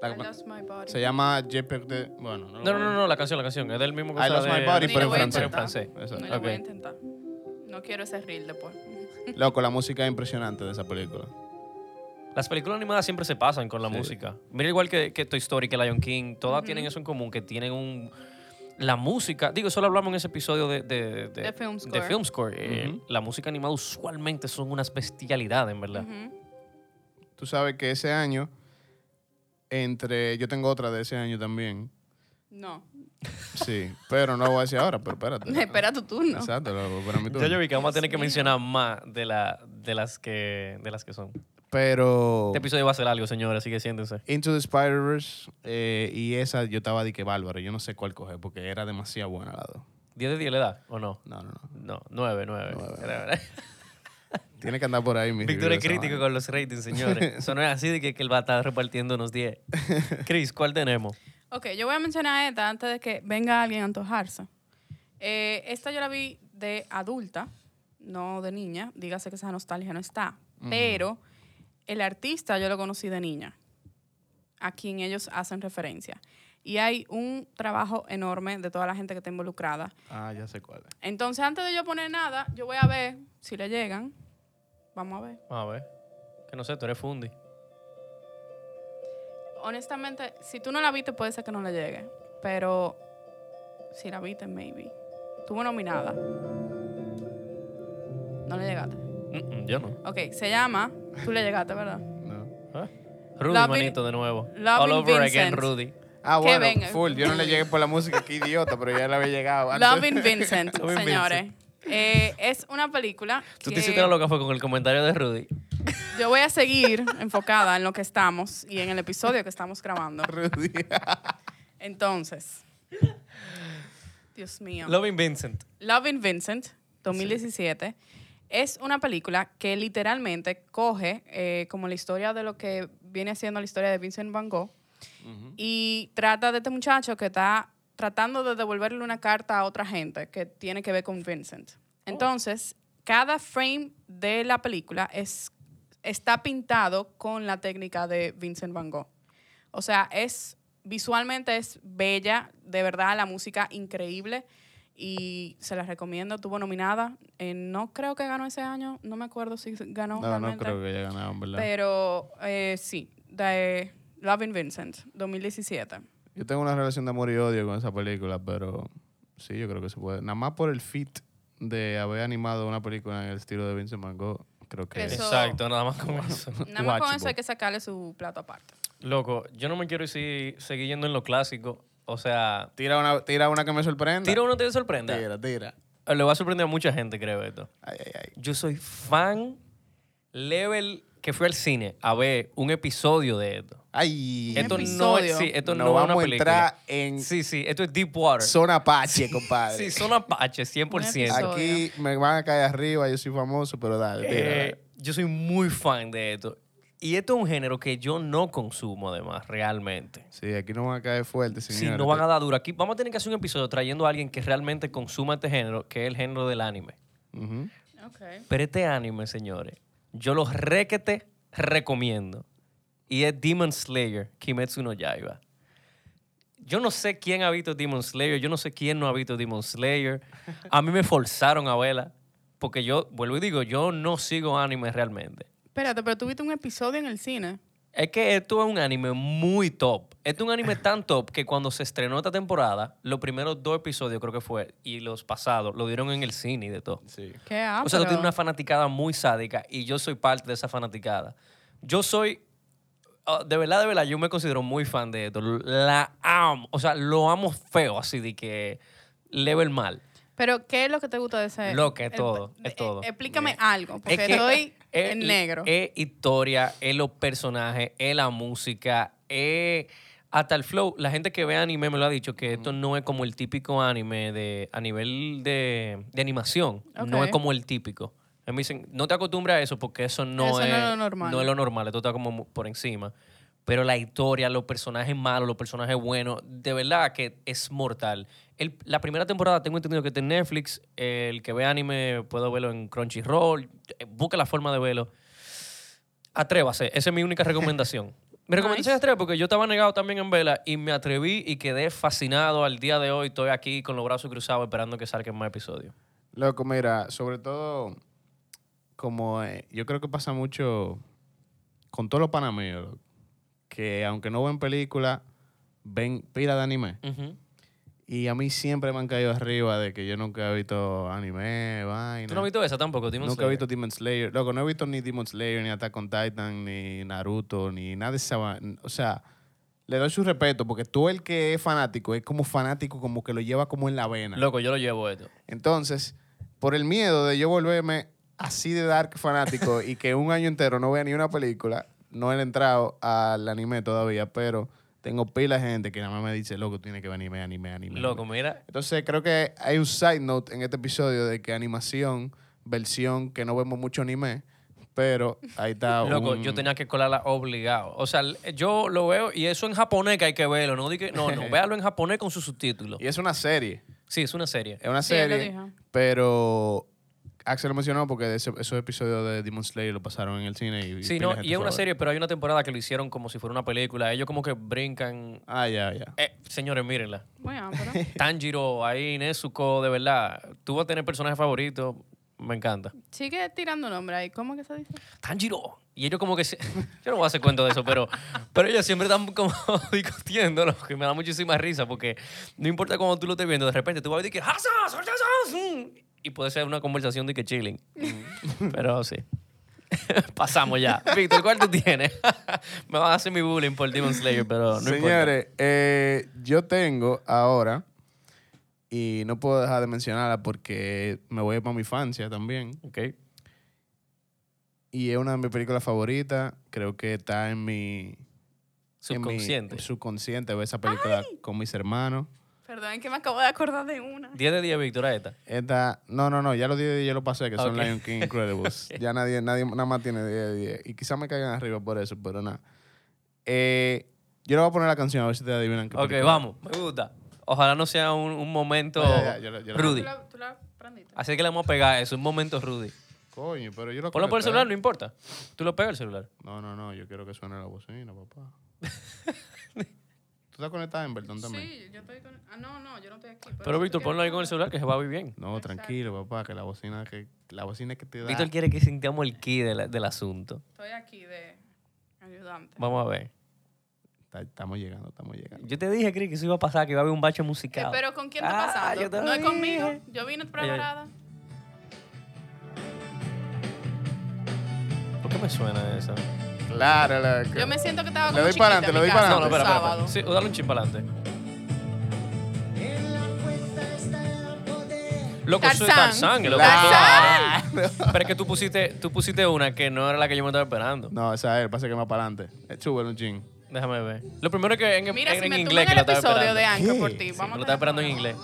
A: La-
C: I lost my body.
A: se llama JPEG de. Bueno, no.
B: No, no, no, no, la canción, la canción. Es del mismo que
A: I
B: usa
A: Lost
B: de-
A: My Body,
B: de-
A: pero en
C: Ni lo voy a
A: francés.
B: en francés.
C: intentar.
A: Exacto.
C: No lo voy a
B: Ok.
C: intentar. No quiero ese reel después.
A: Loco, la música es impresionante de esa película.
B: Las películas animadas siempre se pasan con la
A: Sí.
B: música. Mira, igual que, que Toy Story, que Lion King, todas tienen eso en común, que tienen un. La música, digo, solo hablamos en ese episodio de, de, de-
C: De film
B: de
C: score.
B: film score. Eh,
A: Ujú.
B: La música animada usualmente son unas bestialidades, en verdad.
C: Ujú.
A: Tú sabes que ese año, entre. Yo tengo otra de ese año también.
C: No.
A: Sí, pero no lo voy a decir ahora, pero espérate.
C: Espera tu turno.
A: Exacto, loco, para mí tú.
B: Ya yo vi que vamos a tener que
C: mío.
B: mencionar más de, la, de, las, que, de las que son.
A: Pero.
B: Este episodio va a ser algo, señores, así que siéntense.
A: Into the Spider-Verse eh, y esa yo estaba de que bárbaro. Yo no sé cuál coger porque era demasiado buena la dos.
B: ¿10 de 10 le da o no?
A: No, no, no.
B: No, 9, 9.
A: Tiene que andar por ahí, mi
B: Víctor es
A: review de esa
B: crítico
A: vaina.
B: con los ratings, señores. Eso no es así de que, que él va a estar repartiendo unos 10. Chris, ¿cuál tenemos?
C: Ok, yo voy a mencionar esta antes de que venga alguien a antojarse. Eh, esta yo la vi de adulta, no de niña. Dígase que esa nostalgia no está. Pero el artista yo lo conocí de niña, a quien ellos hacen referencia. Y hay un trabajo enorme de toda la gente que está involucrada.
A: Ah, ya sé cuál. es.
C: Entonces, antes de yo poner nada, yo voy a ver si le llegan. Vamos a ver.
B: A ver. Que no sé, tú eres Fundi.
C: Honestamente, si tú no la viste, puede ser que no le llegue. Pero si la viste, maybe. Tuvo nominada. No le llegaste.
B: Mm, mm, yo no.
C: Ok, se llama. Tú le llegaste, ¿verdad?
A: No.
B: Rudy,
C: Loving-
B: manito, de nuevo.
C: Loving
B: All over again,
C: Vincent.
B: Rudy.
A: Ah,
C: Que
A: bueno,
C: venga.
A: full. Yo no le llegué por la música, qué idiota, pero ya le había llegado. antes.
C: Loving Vincent,
B: Loving
C: señores. Eh, es una película.
B: Tú
C: que-
B: te hiciste la loca fue con el comentario de Rudy.
C: Yo voy a seguir enfocada en lo que estamos y en el episodio que estamos grabando.
A: Rudy.
C: Entonces, Dios mío.
B: Loving Vincent.
C: Loving Vincent, 2017, es una película que literalmente coge eh, como la historia de lo que viene siendo la historia de Vincent Van Gogh y trata de este muchacho que está tratando de devolverle una carta a otra gente que tiene que ver con Vincent. Entonces, cada frame de la película es, está pintado con la técnica de Vincent Van Gogh. O sea, es visualmente es bella, de verdad la música increíble y se las recomiendo. Tuvo nominada, eh, no creo que ganó ese año, no me acuerdo si ganó.
A: No, no
C: realmente.
A: creo que haya ganado, en ¿verdad?
C: Pero eh, sí, de Loving Vincent, 2017.
A: Yo tengo una relación de amor y odio con esa película, pero sí, yo creo que se puede. Nada más por el fit de haber animado una película en el estilo de Vincent Van Gogh, creo que
C: Eso-
B: Exacto, nada más con eso.
C: Nada más con
A: Watchable.
C: eso hay que sacarle su plato aparte.
B: Loco, yo no me quiero si- seguir yendo en lo clásico. O sea,
A: Tira una, tira una que me sorprenda.
B: tira uno te sorprenda.
A: Tira, tira.
B: Le va a sorprender a mucha gente, creo, esto.
A: Ay, ay, ay.
B: Yo soy fan level que fui al cine a ver un episodio de esto.
A: Ay.
B: Esto no
C: episodio.
B: es, sí, esto no,
A: Nos
B: es una
A: vamos a
B: película.
A: entrar en
B: Sí, sí, esto es Deep Water.
A: zona Apache, compadre.
B: sí, son Apache, 100%.
C: episodio.
A: Aquí me van a caer arriba, yo soy famoso, pero dale, tira.
B: Eh, yo soy muy fan de esto. Y esto es un género que yo no consumo, además, realmente.
A: Sí, aquí no van a caer fuerte,
B: Si
A: señores.
B: no van a dar duro. Aquí vamos a tener que hacer un episodio trayendo a alguien que realmente consuma este género, que es el género del anime.
A: Ujú.
C: Ok.
B: Pero este anime, señores, yo los requete recomiendo. Y es Demon Slayer, Kimetsu no Yaiba. Yo no sé quién ha visto Demon Slayer, yo no sé quién no ha visto Demon Slayer. A mí me forzaron a verla. Porque yo, vuelvo y digo, yo no sigo anime realmente.
C: Espérate, pero tuviste un episodio en el cine.
B: Es que esto es un anime muy top. Esto es un anime tan top que cuando se estrenó esta temporada, los primeros dos episodios creo que fue, y los pasados, lo dieron en el cine y de todo.
A: Sí.
C: ¿Qué ah,
B: o sea, tú
C: pero-
B: tienes una fanaticada muy sádica y yo soy parte de esa fanaticada. Yo soy, ah, de verdad, de verdad, yo me considero muy fan de esto. La amo. O sea, lo amo feo, así de que level mal.
C: Pero, ¿qué es lo que te gusta de ese?
B: Lo que es
C: el-
B: todo, es
C: eh,
B: todo.
C: Explícame algo, porque
B: que
C: Pues estoy
B: es-
C: en negro.
B: Es historia, es los personajes, es la música, es hasta el flow. La gente que ve anime me lo ha dicho que esto no es como el típico anime de a nivel de, de animación. No
C: Ok.
B: es como el típico. A mí me dicen, no te acostumbras a eso porque eso no,
C: Eso no
B: es,
C: es lo normal.
B: no es lo normal. Esto está como mu- por encima. Pero la historia, los personajes malos, los personajes buenos, de verdad que es mortal. El- la primera temporada tengo entendido que está en Netflix. El que ve anime puedo verlo en Crunchyroll. Eh, Busca la forma de verlo. Atrévase. Esa es mi única recomendación. mi recomendación es atrévase porque yo estaba negado también en vela y me atreví y quedé fascinado al día de hoy. Estoy aquí con los brazos cruzados esperando que salgan más episodios.
A: Loco, mira, sobre todo, como eh, yo creo que pasa mucho con todos los panameños, loco, que aunque no ven película, ven pila de anime.
B: Ujú.
A: Y a mí siempre me han caído arriba de que yo nunca he visto anime, vaina.
B: ¿Tú no has visto esa tampoco? Demon
A: nunca he
B: Slayer?
A: visto Demon Slayer. Loco, no he visto ni Demon Slayer, ni Attack on Titan, ni Naruto, ni nada de esa... va- O sea, le doy su respeto porque tú el que es fanático, es como fanático, como que lo lleva como en la vena.
B: Loco, yo lo llevo esto.
A: Entonces, por el miedo de yo volverme así de dark fanático y que un año entero no vea ni una película, no he entrado al anime todavía, pero tengo pila de gente que nada más me dice, loco, tiene que ver anime, anime, anime.
B: Loco, mira.
A: Entonces, creo que hay un side note en este episodio de que animación, versión, que no vemos mucho anime, pero ahí está Ah,
B: Loco,
A: un-
B: yo tenía que colarla obligado. O sea, l- yo lo veo y eso en japonés que hay que verlo. No, di que- no, no, véalo en japonés con sus subtítulos.
A: Y es una serie.
B: Sí, es una serie.
A: Es una
C: Sí, él lo
A: serie,
C: dijo.
A: pero Axel lo mencionó porque ese- esos episodios de Demon Slayer lo pasaron en el cine. Y,
B: Sí,
A: pila
B: no,
A: gente
B: y
A: fue
B: es
A: a
B: una
A: ver.
B: serie, pero hay una temporada que lo hicieron como si fuera una película. Ellos como que brincan.
A: Ah, ya, ya.
B: Eh, señores, mírenla.
C: Bueno, pero-
B: Tanjiro, ahí Nezuko, de verdad. Tú vas a tener personajes favoritos. Me encanta.
C: sigue tirando nombre ahí. ¿Cómo que se dice?
B: Tanjiro. Y ellos como que... se- Yo no voy a hacer cuento de eso, pero, pero ellos siempre están como discutiendo, lo que me da muchísima risa, porque no importa cómo tú lo estés viendo, de repente tú vas a decir que... "Ah, "Hasa, solta, sas", mm, Y puede ser una conversación de que chilling.
A: Mm.
B: Pero sí. Pasamos ya. Víctor, ¿cuál tú tienes? me vas a hacer mi bullying por Demon Slayer, pero no importa.
A: Señores, eh, yo tengo ahora, y no puedo dejar de mencionarla porque me voy para mi infancia también,
B: Ok.
A: Y es una de mis películas favoritas. Creo que está en mi... en mi-
B: Subconsciente.
A: subconsciente. Veo esa película con mis hermanos.
C: Perdón, es que me acabo de acordar de una.
B: 10 de 10, Víctor, esta.
A: Esta, no, no, no, ya lo di, ya lo pasé, que son
B: Ok.
A: Lion King Incredibles. Ya nadie, nadie nada más tiene 10 de 10. Y quizás me caigan arriba por eso, pero nada. Eh, yo le voy a poner la canción a ver si te adivinan qué
B: Ok,
A: película.
B: vamos. Me gusta. Ojalá no sea un, un momento
A: Ya, ya, ya, yo lo- yo lo-
B: Rudy.
C: ¿Tú la prendiste?
B: Así que le vamos a pegar eso, un momento Rudy.
A: Coño, pero yo lo
B: Ponlo por el
A: conecté.
B: celular, no importa. Tú lo pegas el celular.
A: No, no, no, yo quiero que suene la bocina, papá. ¿Tú estás conectada en Bertón también?
C: Sí, yo estoy con... Ah, no, no, yo no estoy aquí.
B: Pero Víctor, ponlo ahí con el celular que se va a oír bien.
A: No, tranquilo, papá, que la bocina que la bocina que te da.
B: Víctor quiere que sintamos el key del, del asunto.
C: Estoy aquí de ayudante.
B: Vamos a ver.
A: Ta- Estamos llegando, estamos llegando.
B: Yo te dije, Cris, que eso iba a pasar, que iba a haber un bache musical.
C: pero ¿con quién
B: Ah,
C: está pasando?
B: yo te
C: no es
B: lo
C: conmigo.
B: dije.
C: Yo vine preparada.
B: Eh, ¿Por qué me suena eso?
A: Claro, la-
C: Yo me siento que estaba
A: Le
C: como
A: doy
C: chiquita
A: pa'lante,
C: en
A: le
C: mi
A: doy
C: casa
B: No,
A: pa'lante.
B: no,
C: un
B: espera, espera, espera.
C: Ah, sábado.
B: Sí, dale un chin para adelante. Loco, eso es
C: Tarzán.
B: Tarzán. loco.
C: Tarzán.
B: Pero es que tú pusiste, tú pusiste una que no era la que yo me estaba esperando.
A: No, esa es, pasa que más para adelante. Chúbalo un chin.
B: Déjame ver. Lo primero que en,
C: Mira,
B: en,
C: si
B: en
C: me
B: inglés
C: tumban
B: que
C: el
B: lo estaba esperando.
C: episodio de Anchor por
A: ¿Qué?
C: ti,
A: Sí,
B: Me
C: vamos
B: lo estaba
C: a tener
B: esperando en
C: que-
B: inglés.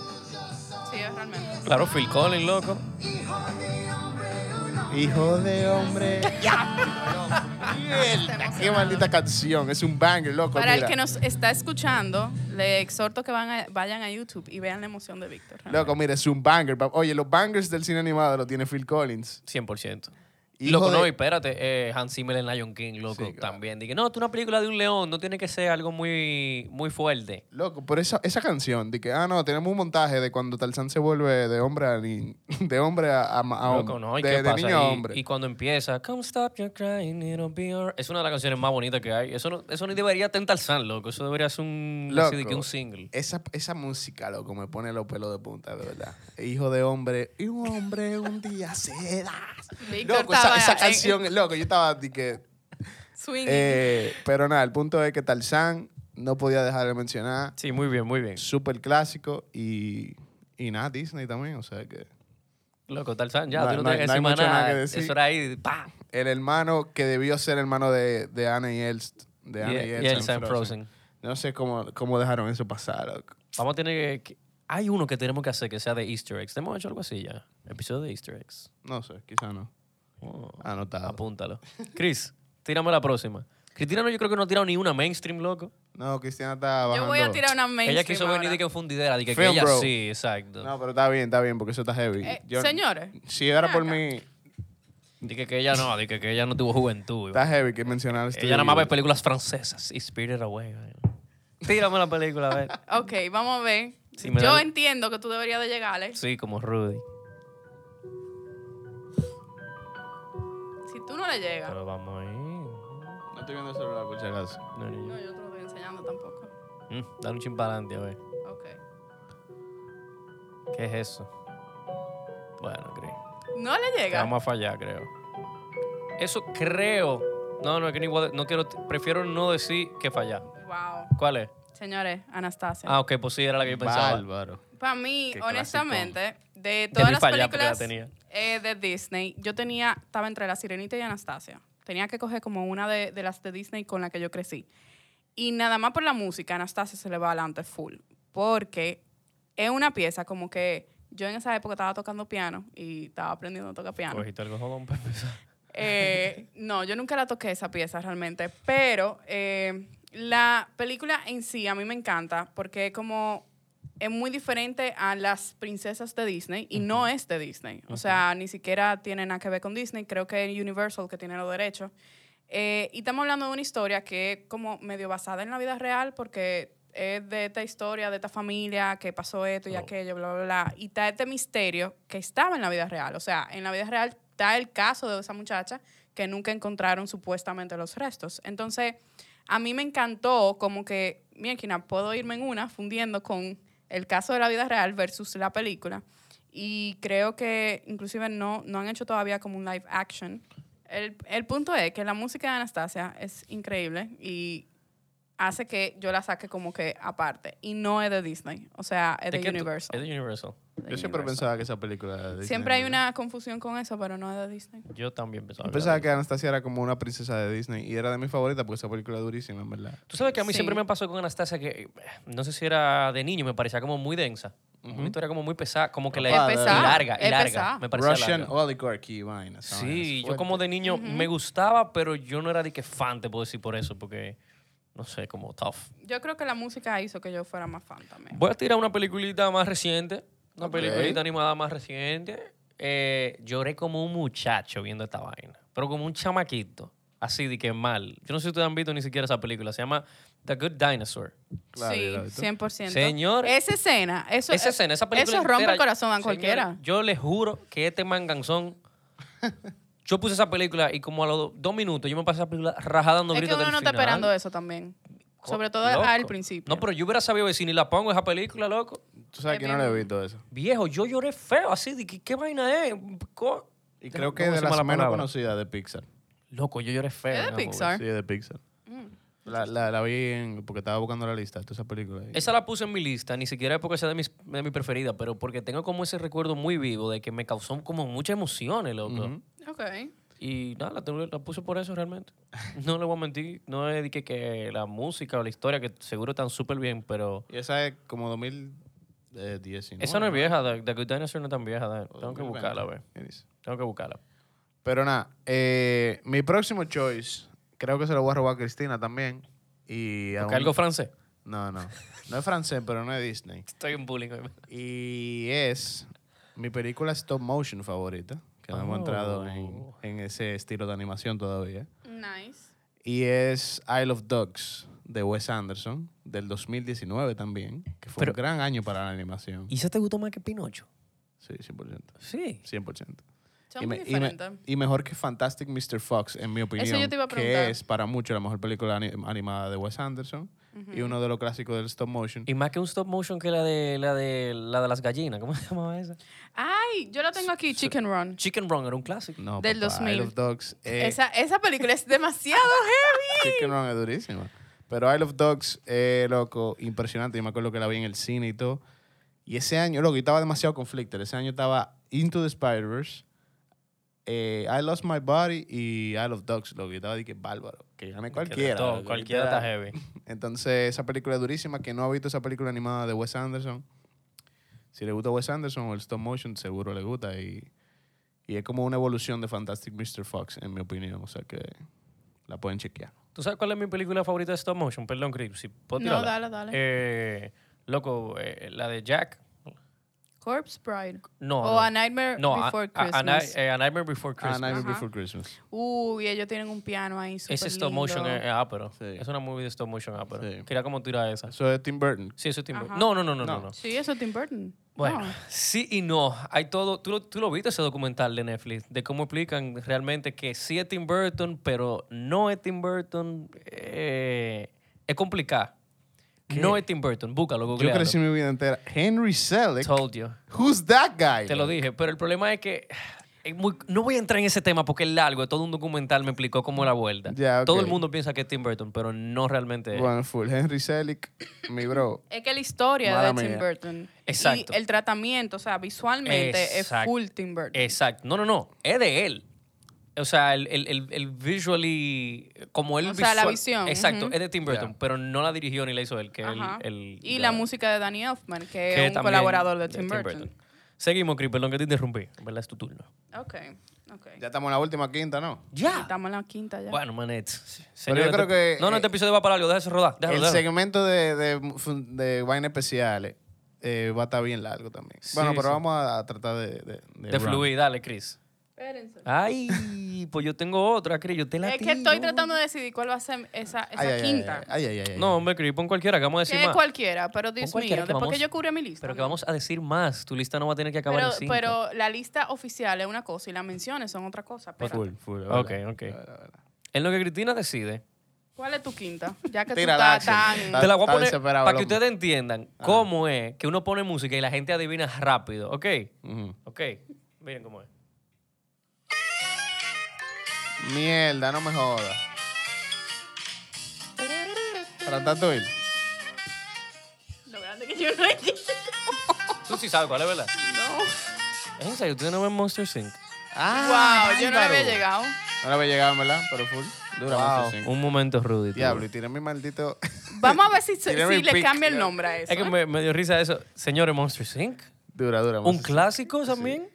C: Sí, es realmente.
B: Claro, Phil Collins, loco.
A: Hijo de hombre. Mierda, qué maldita canción. Es un banger, loco.
C: este Para el
A: mira.
C: que nos está escuchando, le exhorto que van a- vayan a YouTube y vean la emoción de Víctor.
A: Loco, mira, es un banger. pa- Oye, los bangers del cine animado los tiene Phil Collins.
B: 100%.
A: Hijo
B: loco, no,
A: de-
B: y espérate, eh, Hans Zimmer en Lion King, loco,
A: Sí, claro.
B: también. Dije, no, tú una película de un león, no tiene que ser algo muy, muy fuerte.
A: Loco, pero esa, esa canción, de que, ah, no, tenemos un montaje de cuando Tarzán se vuelve de hombre a, ni- de hombre a, a- a
B: Loco,
A: Ah, hombre.
B: no, ¿y
A: de,
B: qué
A: de
B: pasa?
A: niño a
B: Y-
A: hombre.
B: Y, cuando empieza, Come stop your crying, it'll be alright. Es una de las canciones más bonitas que hay. Eso no, eso ni debería tentar San, loco. Eso debería ser un, así de que
A: Loco.
B: un single.
A: Esa, esa música, loco, me pone los pelos de punta, de verdad. E Hijo de hombre, y un hombre un día serás.
C: Víctor
A: Loco, esa,
C: estaba
A: esa
C: en-
A: canción, loco, yo estaba de que.
C: Swing.
A: eh, pero nada, el punto es que Tarzán no podía dejar de mencionar.
B: Sí, muy bien, muy bien.
A: Súper clásico y, y nada, Disney también, o sea que.
B: Loco, tal San, ya,
A: No-
B: tú no,
A: no hay-
B: tienes
A: no hay
B: que decir más
A: mucho
B: nada.
A: nada que decir.
B: Eso era ahí, pa.
A: El hermano que debió ser hermano de, de Anna y Elst. De Anna
B: Y,
A: y,
B: y
A: Elsa en
B: Elsa en
A: Frozen.
B: Frozen.
A: No sé cómo, cómo dejaron eso pasar. loco.
B: Vamos a tener que... que- Hay uno que tenemos que hacer que sea de Easter eggs. ¿Te hemos hecho algo así ya? Episodio de Easter eggs.
A: No sé, quizá no. Ah,
B: Oh.
A: Anotado.
B: Apúntalo. Chris, tírame la próxima. Cristina no, yo creo que no ha tirado ni una mainstream, loco.
A: No, Cristiana está bajando.
C: Yo voy a tirar una mainstream
B: ella quiso venir
C: ahora.
B: de que fundidera, de que, que
A: Film
B: ella
A: bro.
B: sí, exacto.
A: No, pero está bien, está bien, porque eso está heavy.
C: Eh,
A: Yo-
C: señores,
A: Si era por
C: acá.
A: mí,
B: Dije que ella no, dije que ella no tuvo juventud.
A: está heavy que mencionar
B: Ella nada más ve películas francesas y Spirit Away. man. Tírame la película, a ver.
C: Ok, vamos a ver.
B: Sí, me
C: Yo
B: da-
C: entiendo que tú deberías de ¿eh? llegarle.
B: Sí, como Rudy.
C: Si tú no le llegas.
B: Pero vamos ahí.
A: No estoy viendo el celular, por si acaso.
B: No, no,
C: No, yo no te lo estoy enseñando tampoco.
B: no. Mm, dale un chin para adelante, a ver.
C: Ok.
B: ¿Qué es eso? Bueno, creo.
C: No le
B: Te
C: llega.
B: vamos a fallar, creo. Eso creo. No, no, es que ni voy a- no quiero, prefiero no decir que fallar.
C: Wow.
B: ¿Cuál es?
C: Señores, Anastasia.
B: Ah, ok, pues sí, era la que yo pensaba.
A: Bárbaro.
C: Para mí,
A: Qué
C: honestamente, de
B: Debí
C: todas las
B: fallar porque la
C: películas
B: tenía.
C: eh, de Disney, yo tenía, estaba entre La Sirenita y Anastasia. Tenía que coger como una de, de las de Disney con la que yo crecí. Y nada más por la música, Anastasia se le va adelante full. Porque es una pieza como que yo en esa época estaba tocando piano y estaba aprendiendo a tocar piano.
B: Cogiste algo jodón pues, para empezar.
C: Eh, no, yo nunca la toqué esa pieza realmente, pero eh, la película en sí a mí me encanta porque es como es muy diferente a las princesas de Disney y no es de Disney. O sea, ni siquiera tiene nada que ver con Disney. Creo que es Universal que tiene los derechos. Eh, y estamos hablando de una historia que es como medio basada en la vida real porque es de esta historia, de esta familia, que pasó esto y
B: Oh.
C: aquello, bla, bla, bla. Y está este misterio que estaba en la vida real. O sea, en la vida real está el caso de esa muchacha que nunca encontraron supuestamente los restos. Entonces, a mí me encantó como que, mira, puedo irme en una fundiendo con el caso de la vida real versus la película. Y creo que inclusive no, no han hecho todavía como un live action. El, el punto es que la música de Anastasia es increíble y hace que yo la saque como que aparte. Y no es de Disney, o sea, es de
B: que tú-
C: Universal.
B: Es de Universal.
C: de
A: Yo siempre
C: Universal.
A: pensaba que esa película era de Disney,
C: Siempre hay
A: ¿no?
C: una confusión con eso, pero no es de Disney.
B: Yo también pensaba.
A: Yo
B: que
A: pensaba
B: era
A: que Anastasia era como una princesa de Disney y era de mis favoritas porque esa película es durísima, en verdad.
B: Tú sabes que a mí
C: Sí.
B: siempre me pasó con Anastasia que, eh, no sé si era de niño, me parecía como muy densa. Una historia como muy pesada, como que la,
A: Papá,
B: y
A: de-
B: larga, y
C: Es
B: larga.
C: pesada.
B: Me parecía
A: Russian
B: larga.
A: oligarchy, vaina. esa vaina
B: Sí,
A: es
B: yo como
A: fuerte.
B: de niño me gustaba, pero yo no era de que fan, te puedo decir por eso, porque, no sé, como tough.
C: Yo creo que la música hizo que yo fuera más fan también.
B: Voy a tirar una peliculita más reciente, una
A: Ok.
B: peliculita animada más reciente. Eh, lloré como un muchacho viendo esta vaina, pero como un chamaquito, así de que mal. Yo no sé si ustedes han visto ni siquiera esa película, se llama The Good Dinosaur.
A: Claro, yo la he
C: sí,
A: visto.
C: 100%.
B: Señor.
C: Esa escena, eso,
B: esa escena, esa película
C: eh, Eso rompe
B: entera,
C: el corazón a
B: señores,
C: cualquiera.
B: Yo les juro que este manganzón... Yo puse esa película y como a los dos minutos yo me pasé esa película rajada dando
C: Es que
B: gritos
C: uno
B: del
C: no está
B: final.
C: esperando eso también.
B: Co-
C: Sobre todo
B: loco.
C: al principio.
B: No, pero yo hubiera sabido si ni la pongo esa película, loco.
A: Tú sabes
C: Es
A: que no le he
C: bien-
A: visto eso.
B: Viejo, yo lloré feo, así, de que, ¿qué vaina es? Co-
A: Y
B: Deja-
A: creo que es
B: no voy
A: de
B: a decir mala
A: las menos
B: palabra.
A: conocidas de Pixar.
B: Loco, yo lloré feo.
C: ¿Es
B: en
C: de
B: esa
C: Pixar?
B: movie.
A: Sí, de Pixar.
C: Mm.
A: La, la, la vi en- porque estaba buscando la lista, toda esa película. ahí.
B: Esa la puse en mi lista, ni siquiera es porque sea de, mis, de mi preferida, pero porque tengo como ese recuerdo muy vivo de que me causó como muchas emociones, loco.
A: Ujú.
C: Ok.
B: Y nada, la, tengo- la puse por eso realmente. No le voy a mentir, no es de que, que la música o la historia, que seguro están súper bien, pero...
A: Y esa es como 2019.
B: Esa no es vieja, The, The Good Dinosaur no es tan vieja, da-
A: O
B: tengo que
A: 2020.
B: buscarla, a ver.
A: Eres.
B: Tengo que buscarla.
A: Pero nada, eh, mi próximo choice, creo que se lo voy a robar a Cristina también. Y a
B: Porque
A: un-
B: algo francés.
A: No, no. No es francés, pero no es Disney.
B: Estoy en bullying hoy.
A: Y es mi película stop motion favorita, que no hemos
B: Oh.
A: entrado en, en ese estilo de animación todavía.
C: Nice.
A: Y es Isle of Dogs de Wes Anderson, del 2019 también, que fue
B: Pero-
A: un gran año para la animación.
B: ¿Y eso te gustó más que Pinocho?
A: Sí, 100%.
B: Sí.
A: 100%.
C: Son
A: y,
C: muy
A: me- y me-
C: diferentes.
A: y mejor que Fantastic Mr. Fox, en mi opinión,
C: yo te iba a preguntar.
A: que es para mucho la mejor película ani- animada de Wes Anderson y uno de los clásicos del stop motion.
B: Y más que un stop motion que la de la de la de las gallinas, ¿cómo se llamaba esa?
C: Ay, yo la tengo aquí, Chicken Run.
B: Chicken Run era un clásico.
A: no,
C: del
A: papá, Isle
C: 2000.
A: of Dogs. eh,
C: Esa, esa película es demasiado heavy.
A: Chicken Run es durísima. Pero I Love Dogs, eh, loco, impresionante. Yo me acuerdo que la vi en el cine y todo. Y ese año, loco, yo estaba demasiado conflicted. Ese año estaba Into the Spider-Verse, eh, I Lost My Body y I Love Dogs, loco. Yo estaba de que bárbaro, que gane cualquiera.
B: Que de todo,
A: loco,
B: cualquiera está
A: literal.
B: heavy.
A: Entonces, esa película es durísima. Quien no ha visto esa película animada de Wes Anderson, si le gusta Wes Anderson o el stop motion, seguro le gusta. Y, y es como una evolución de Fantastic Mr. Fox, en mi opinión. O sea que la pueden chequear.
B: ¿Tú sabes cuál es mi película favorita de stop motion? Perdón, Chris, si puedo
C: No,
B: tirarla.
C: dale, dale.
B: Eh, loco, eh, la de Jack.
C: Corpse Bride.
B: No.
C: o
B: no.
C: Oh, A Nightmare
B: No, a-
C: Before
B: a- a- a
C: Christmas.
B: Ni- eh, A Nightmare Before
A: Ah,
B: Christmas.
A: Nightmare
C: Ajá.
A: Before Christmas.
C: Uy, ellos tienen un piano ahí súper
B: es stop motion
C: lindo.
B: eh, ápero.
A: Sí.
B: Es una movie de stop motion ápero.
A: Sí.
B: Quería como tirar esa.
A: Eso es Tim Burton.
B: Sí, eso es Tim
C: Ajá.
B: Burton. No, no, no, no, no.
A: No.
B: no.
C: Sí, eso es Tim Burton.
B: Bueno,
C: No.
B: sí y no. Hay todo. ¿tú lo, tú lo viste ese documental de Netflix, de cómo explican realmente que sí es Tim Burton, pero no es Tim Burton. eh, es complicado. No es Tim Burton. Búscalo,
A: Yo
B: googlealo.
A: crecí mi vida entera. Henry Selick.
B: Told you.
A: Who's that guy?
B: Te lo dije. Pero el problema es que. eh, es muy- no voy a entrar en ese tema porque es largo. es Todo un documental me explicó cómo es la vuelta.
A: Ya, ok.
B: Todo el mundo piensa que es Tim Burton, pero no realmente es.
A: Bueno, full. Henry Selick, mi bro.
C: Es que la historia
A: Mala
C: de Tim
A: mía.
C: Burton.
B: Exacto.
C: Y el tratamiento, o sea, visualmente
B: Exacto.
C: es full Tim Burton.
B: Exacto. No, no, no. Es de él. O sea, el, el, el, el visually. Como él
C: O sea, la
B: visual-
C: visión,
B: Exacto.
C: ujú.
B: Es de Tim Burton,
A: Ya.
B: pero no la dirigió ni la hizo él, que él-
C: Ajá.
B: él-
C: y la música de Danny Elfman, que,
B: que
C: es un
B: también
C: colaborador de
B: de
C: Tim, Burton.
B: Seguimos, Cris, perdón que te interrumpí. En ¿Verdad? Es tu turno.
C: Ok, ok.
A: Ya estamos en la última quinta, ¿no?
B: ¡Ya!
C: Estamos en la quinta ya.
B: Bueno, manet.
A: yo creo que- eh,
B: No, no, este episodio va para algo. Déjase rodar. Déjalo,
A: El
B: déjalo.
A: segmento de, de, fun- de vaina especiales eh, va a estar bien largo también.
B: Sí,
A: bueno, pero
B: sí.
A: vamos a, a tratar de... De,
B: De fluir, dale, Cris.
C: Espérense.
B: Ay, pues yo tengo otra, Cris. Yo te la
C: Es que
B: tiro.
C: estoy tratando de decidir cuál va a ser esa, esa
A: Ay, ay, ay,
C: quinta.
A: Ay, ay, ay, ay.
B: No, hombre, Cris, pon cualquiera, que vamos a decir
C: que es
B: más.
C: cualquiera, pero Dios
B: cualquiera
C: mío,
B: que
C: después
B: vamos-
C: que yo cubra mi lista.
B: Pero que
C: ¿no?
B: vamos a decir más. Tu lista no va a tener que acabar
C: pero,
B: en cinco.
C: pero la lista oficial es una cosa y las menciones son otra cosa. Espérate.
A: Full, full. la
B: Ok,
A: verdad.
B: ok.
A: La verdad, la verdad.
B: En lo que Cristina decide,
C: ¿Cuál es tu quinta? Ya que
A: Tírala,
C: tú estás
A: Axel.
C: tan...
B: te la voy a
A: está
B: poner
A: desesperado,
B: para que
A: loco.
B: ustedes entiendan
A: Ah.
B: cómo es que uno pone música y la gente adivina rápido, ¿ok?
A: Ujú.
B: Ok, miren cómo es.
A: Mierda, no me jodas. Ratatouille.
C: Lo grande que yo no he dicho.
B: Tú sí sabes cuál es, ¿verdad?
C: No,
B: ¿Es en serio? ¿Ustedes no ven Monster Inc?
A: Ah,
C: wow, yo no le había llegado.
A: No la había llegado, ¿verdad? Pero full. Dura
B: Wow.
A: mucho, sí.
B: Un momento, Rudy. tú.
A: Diablo, y tiré mi maldito.
C: Vamos a ver si, si
A: Tírame un
C: le
A: pic.
C: cambia el nombre a eso.
B: Es que
C: ¿eh?
B: me, me dio risa eso. Señores, Monster Inc.
A: Dura, dura.
B: Un
A: Monster Sync.
B: clásico también.
A: Eh,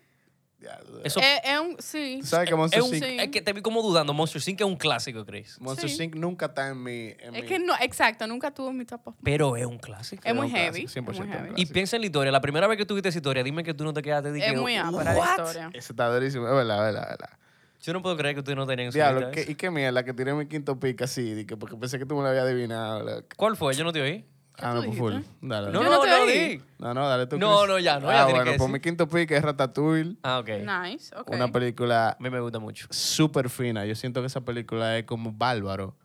A: Diablo, dura.
B: Eso
C: Eh, es un- sí.
A: ¿Tú ¿Sabes que Monster
B: es, un-
A: Sync?
C: Sync.
B: es que te vi como dudando. Monster Inc. es un clásico, Chris.
A: Monster
C: Sí.
A: Sync nunca está en mi. en
C: Es
A: mi-
C: que no, exacto, nunca tuvo mi top of mind.
B: Pero es un clásico.
C: Es muy
A: un clásico,
C: heavy. es
A: 100%
C: muy
A: un
C: heavy.
A: clásico.
B: Y piensa en la historia. La primera vez que tuviste esa historia, dime que tú no te quedaste de
C: Es
B: que,
C: muy ápera la
B: "What?".
C: historia.
A: Ese está durísimo. Es verdad, es verdad, es verdad.
B: Yo no puedo creer que ustedes no tenían
A: Diablo,
B: solita
A: ¿qué-
B: eso.
A: y qué mierda que tiré mi quinto pick así, di que porque pensé que tú me lo habías adivinado. loco.
B: ¿Cuál fue? Yo no te oí.
A: Ah,
C: tú
A: no, pues full.
C: dijiste?
A: Dale, dale.
B: No, no,
C: Yo
B: no,
C: no te oí.
B: di.
A: No, no, dale tú.
B: No,
A: Chris.
B: no, ya, no,
A: Ah,
B: ya tiene
A: bueno,
B: que
A: pues
B: decir.
A: mi quinto pick es Ratatouille,
B: Ah, ok.
C: Nice, ok.
A: una película
B: A mí me gusta mucho.
A: súper fina. Yo siento que esa película es como bárbaro.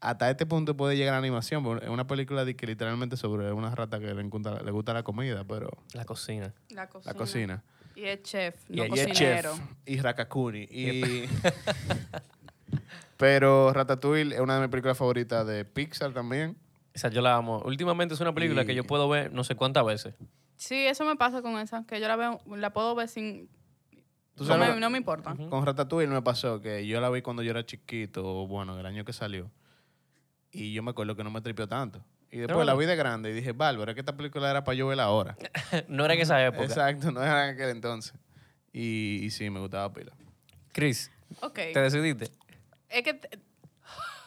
A: Hasta este punto puede llegar a la animación, porque es una película de que literalmente sobre una rata que le gusta, le gusta la comida, pero
B: La cocina.
C: La cocina.
A: la cocina.
C: Y es chef,
B: Y
C: no
B: es- y es
C: cocinero.
A: y Rakakuni. Y... pero Ratatouille es una de mis películas favoritas de Pixar también.
B: O sea, yo la amo. Últimamente es una película
A: Y-
B: que yo puedo ver no sé cuántas veces.
C: Sí, eso me pasa con esa, que yo la veo, la puedo ver sin...
A: ¿Tú
C: no,
A: sabes
C: me,
A: una-
C: no me importa.
A: Con Ratatouille me pasó que yo la vi cuando yo era chiquito, o bueno, el año que salió. Y yo me acuerdo que no me tripió tanto. Y después la vi de grande y dije, Bárbara, es que esta película era para yo verla ahora.
B: no era en esa época.
A: Exacto, no era en aquel entonces. Y, y sí, me gustaba pila.
B: Chris,
C: Ok.
B: ¿te decidiste?
C: Es que t-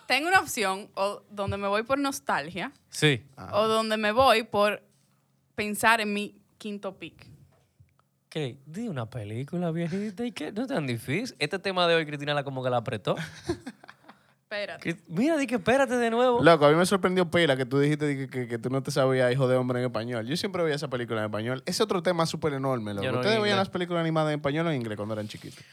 C: tengo una opción o donde me voy por nostalgia
B: Sí.
A: Ah.
C: o donde me voy por pensar en mi quinto pick.
B: ¿Qué? Di una película viejita y que no es tan difícil. Este tema de hoy, Cristina, la como que la apretó.
C: Espérate.
B: Cris- Mira, di que espérate de nuevo.
A: Loco, a mí me sorprendió pila que tú dijiste que, que- que tú no te sabías Hijo de Hombre en español. Yo siempre veía esa película en español. Es otro tema súper enorme, loco.
B: Yo no
A: ¿Ustedes
B: vi
A: veían
B: inglés.
A: las películas animadas en español o en inglés cuando eran chiquitos?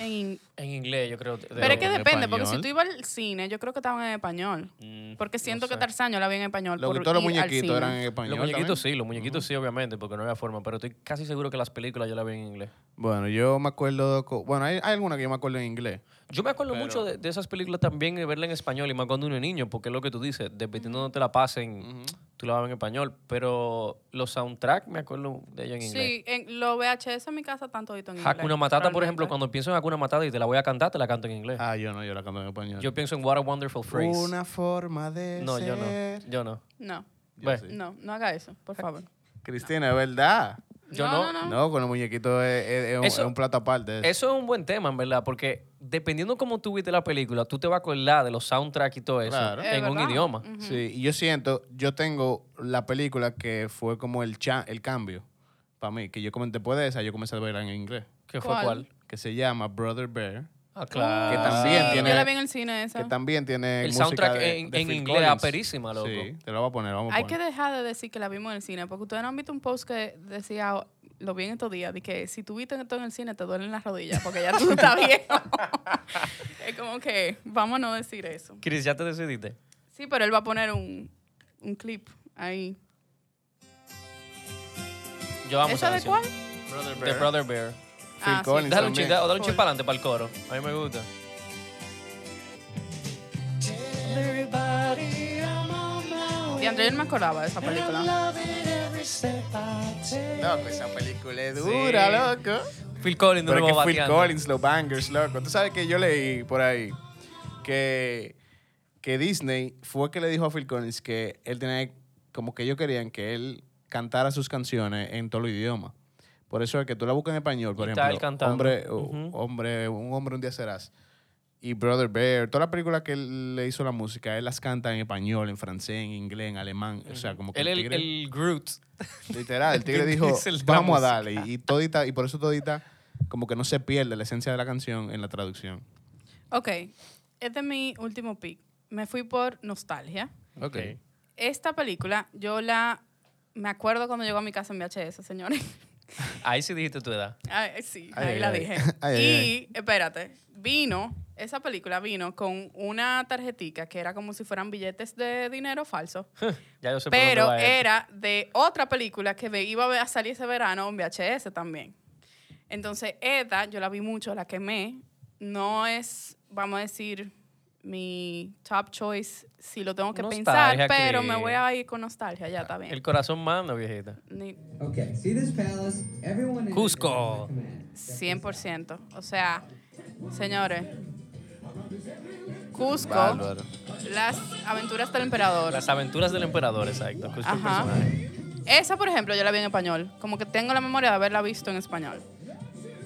C: En-
B: En inglés, yo creo. de-
C: pero es que
A: en
C: depende, porque si
A: español.
C: tú ibas al cine, yo creo que estaban en español.
B: Mm,
C: Porque
B: no
C: siento
B: sé.
C: que Tarzán yo la vi en español.
A: Lo que
C: por
A: todos los
C: ir al
A: muñequitos
C: cine.
A: eran en español.
B: Los muñequitos
A: también.
B: sí, los muñequitos sí, obviamente, porque no había forma. Pero estoy casi seguro que las películas yo las vi en inglés.
A: Bueno, yo me acuerdo. co- Bueno, hay, hay alguna que yo me acuerdo en inglés.
B: Yo me acuerdo mucho de, de esas películas también, de verla en español, y más cuando uno es niño, porque es lo que tú dices, dependiendo no te la pasen, tú la vas a ver en español. Pero los soundtracks, me acuerdo de ellos en inglés.
C: Sí, en, lo VHS en mi casa tanto en inglés.
B: Hakuna Matata, por ejemplo,
C: realmente.
B: cuando pienso en Hakuna Matata y te la voy a cantar, te la canto en inglés.
A: Ah, yo no, yo la canto en español.
B: Yo pienso en What a Wonderful Phrase.
A: Una forma de
B: no, yo
A: ser.
B: no, yo no.
C: No,
A: Yo
B: Ve.
A: sí.
C: no, no haga eso, por favor.
A: Cristina, es verdad.
B: Yo no.
C: no, no, no.
A: No, con los muñequitos es, es- es un-
B: Ah. Eso-
A: es un plato aparte. eso.
B: Eso es un buen tema, en verdad, porque dependiendo cómo tú viste la película, tú te vas a acordar de los soundtracks y todo eso
A: Claro.
C: Es
B: en un
C: verdad. Mm,
B: idioma.
C: Ujú.
A: Sí, y yo siento, yo tengo la película que fue como el, cha- el cambio para mí, que yo comenté después de esa, yo comencé a verla en inglés,
B: ¿Qué fue
C: ¿Cuál?
B: cuál?
A: que se llama Brother Bear,
B: Ah, claro.
A: Que también
C: Sí,
A: tiene-
C: Yo la vi en el cine esa.
A: que también tiene
B: El
A: música
B: soundtrack
A: de-
B: en-
A: de
B: en
A: Phil
B: inglés
A: Collins.
B: aperísima, loco.
A: Sí, te lo voy a poner, vamos a
C: Hay
A: poner.
C: que dejar de decir que la vimos en el cine, porque ustedes no han visto un post que decía, o- lo vi en estos días, de que si tú viste esto en el cine te duelen las rodillas, porque ya tú estás viejo. es como que, vamos a no decir eso.
B: Chris, ¿ya te decidiste?
C: Sí, pero él va a poner un, un clip ahí.
B: Yo amo
C: ¿Esa de
B: canción.
C: cuál?
A: Brother
B: The Brother Bear.
A: Phil
C: Ah, sí.
A: Collins
B: Dale un chip,
A: también.
B: dale un chip
C: Full.
B: para adelante para el coro. A mí me gusta.
C: Y antes yo no me acordaba de esa película.
A: Loco, esa película es dura, loco.
B: Phil Collins de
A: Pero es
B: nuevo
A: que Phil
B: bateando.
A: Collins, los bangers, loco. Tú sabes que yo leí por ahí que, que Disney fue que le dijo a Phil Collins que él tenía, como que ellos querían que él cantara sus canciones en todo el idioma. Por eso es que tú la buscas en español, por
B: Y está él
A: ejemplo,
B: cantando.
A: hombre, o-
B: Ujú.
A: hombre, un hombre un día serás. Y Brother Bear, toda la película que él le hizo la música, él las canta en españl, en francés, en inglés, en alemán. O sea, como que
B: Él,
A: el
B: el,
A: tigre-
B: el Groot.
A: Literal, el tigre
B: Vin
A: dijo,
B: Diesel de la
A: vamos a darle. Y, y todita, y por eso todita, como que no se pierde la esencia de la canción en la traducción.
C: Ok, este es mi último pick. Me fui por nostalgia.
A: Ok.
C: Esta película, yo la... Me acuerdo cuando llegó a mi casa en VHS, señores.
B: Ahí sí dijiste tu edad.
C: Ay, sí,
A: Ay,
C: ahí
A: ay,
C: la
A: ay.
C: dije.
A: Ay, ay,
C: y,
A: ay.
C: espérate, vino, esa película vino con una tarjetica que era como si fueran billetes de dinero falso,
B: Ya yo sé por
C: pero
B: dónde va esto.
C: era de otra película que ve- iba a ver- a salir ese verano en VHS también. Entonces, esta yo la vi mucho, la quemé. No es, vamos a decir, mi top choice si lo tengo que
B: Nostalgia,
C: pensar, pero
B: Cris.
C: me voy a ir con nostalgia, ya está bien.
B: El corazón manda, viejita.
C: Ni-
D: Okay, see this palace? Everyone in it is at
B: Cusco.
D: my command.
C: 100%. O sea, señores, Cusco,
A: Bárbaro.
C: las aventuras del emperador.
B: Las aventuras del emperador, exacto. Cusco el
C: Ajá.
B: personaje.
C: Esa, por ejemplo, yo la vi en español. Como que tengo la memoria de haberla visto en español.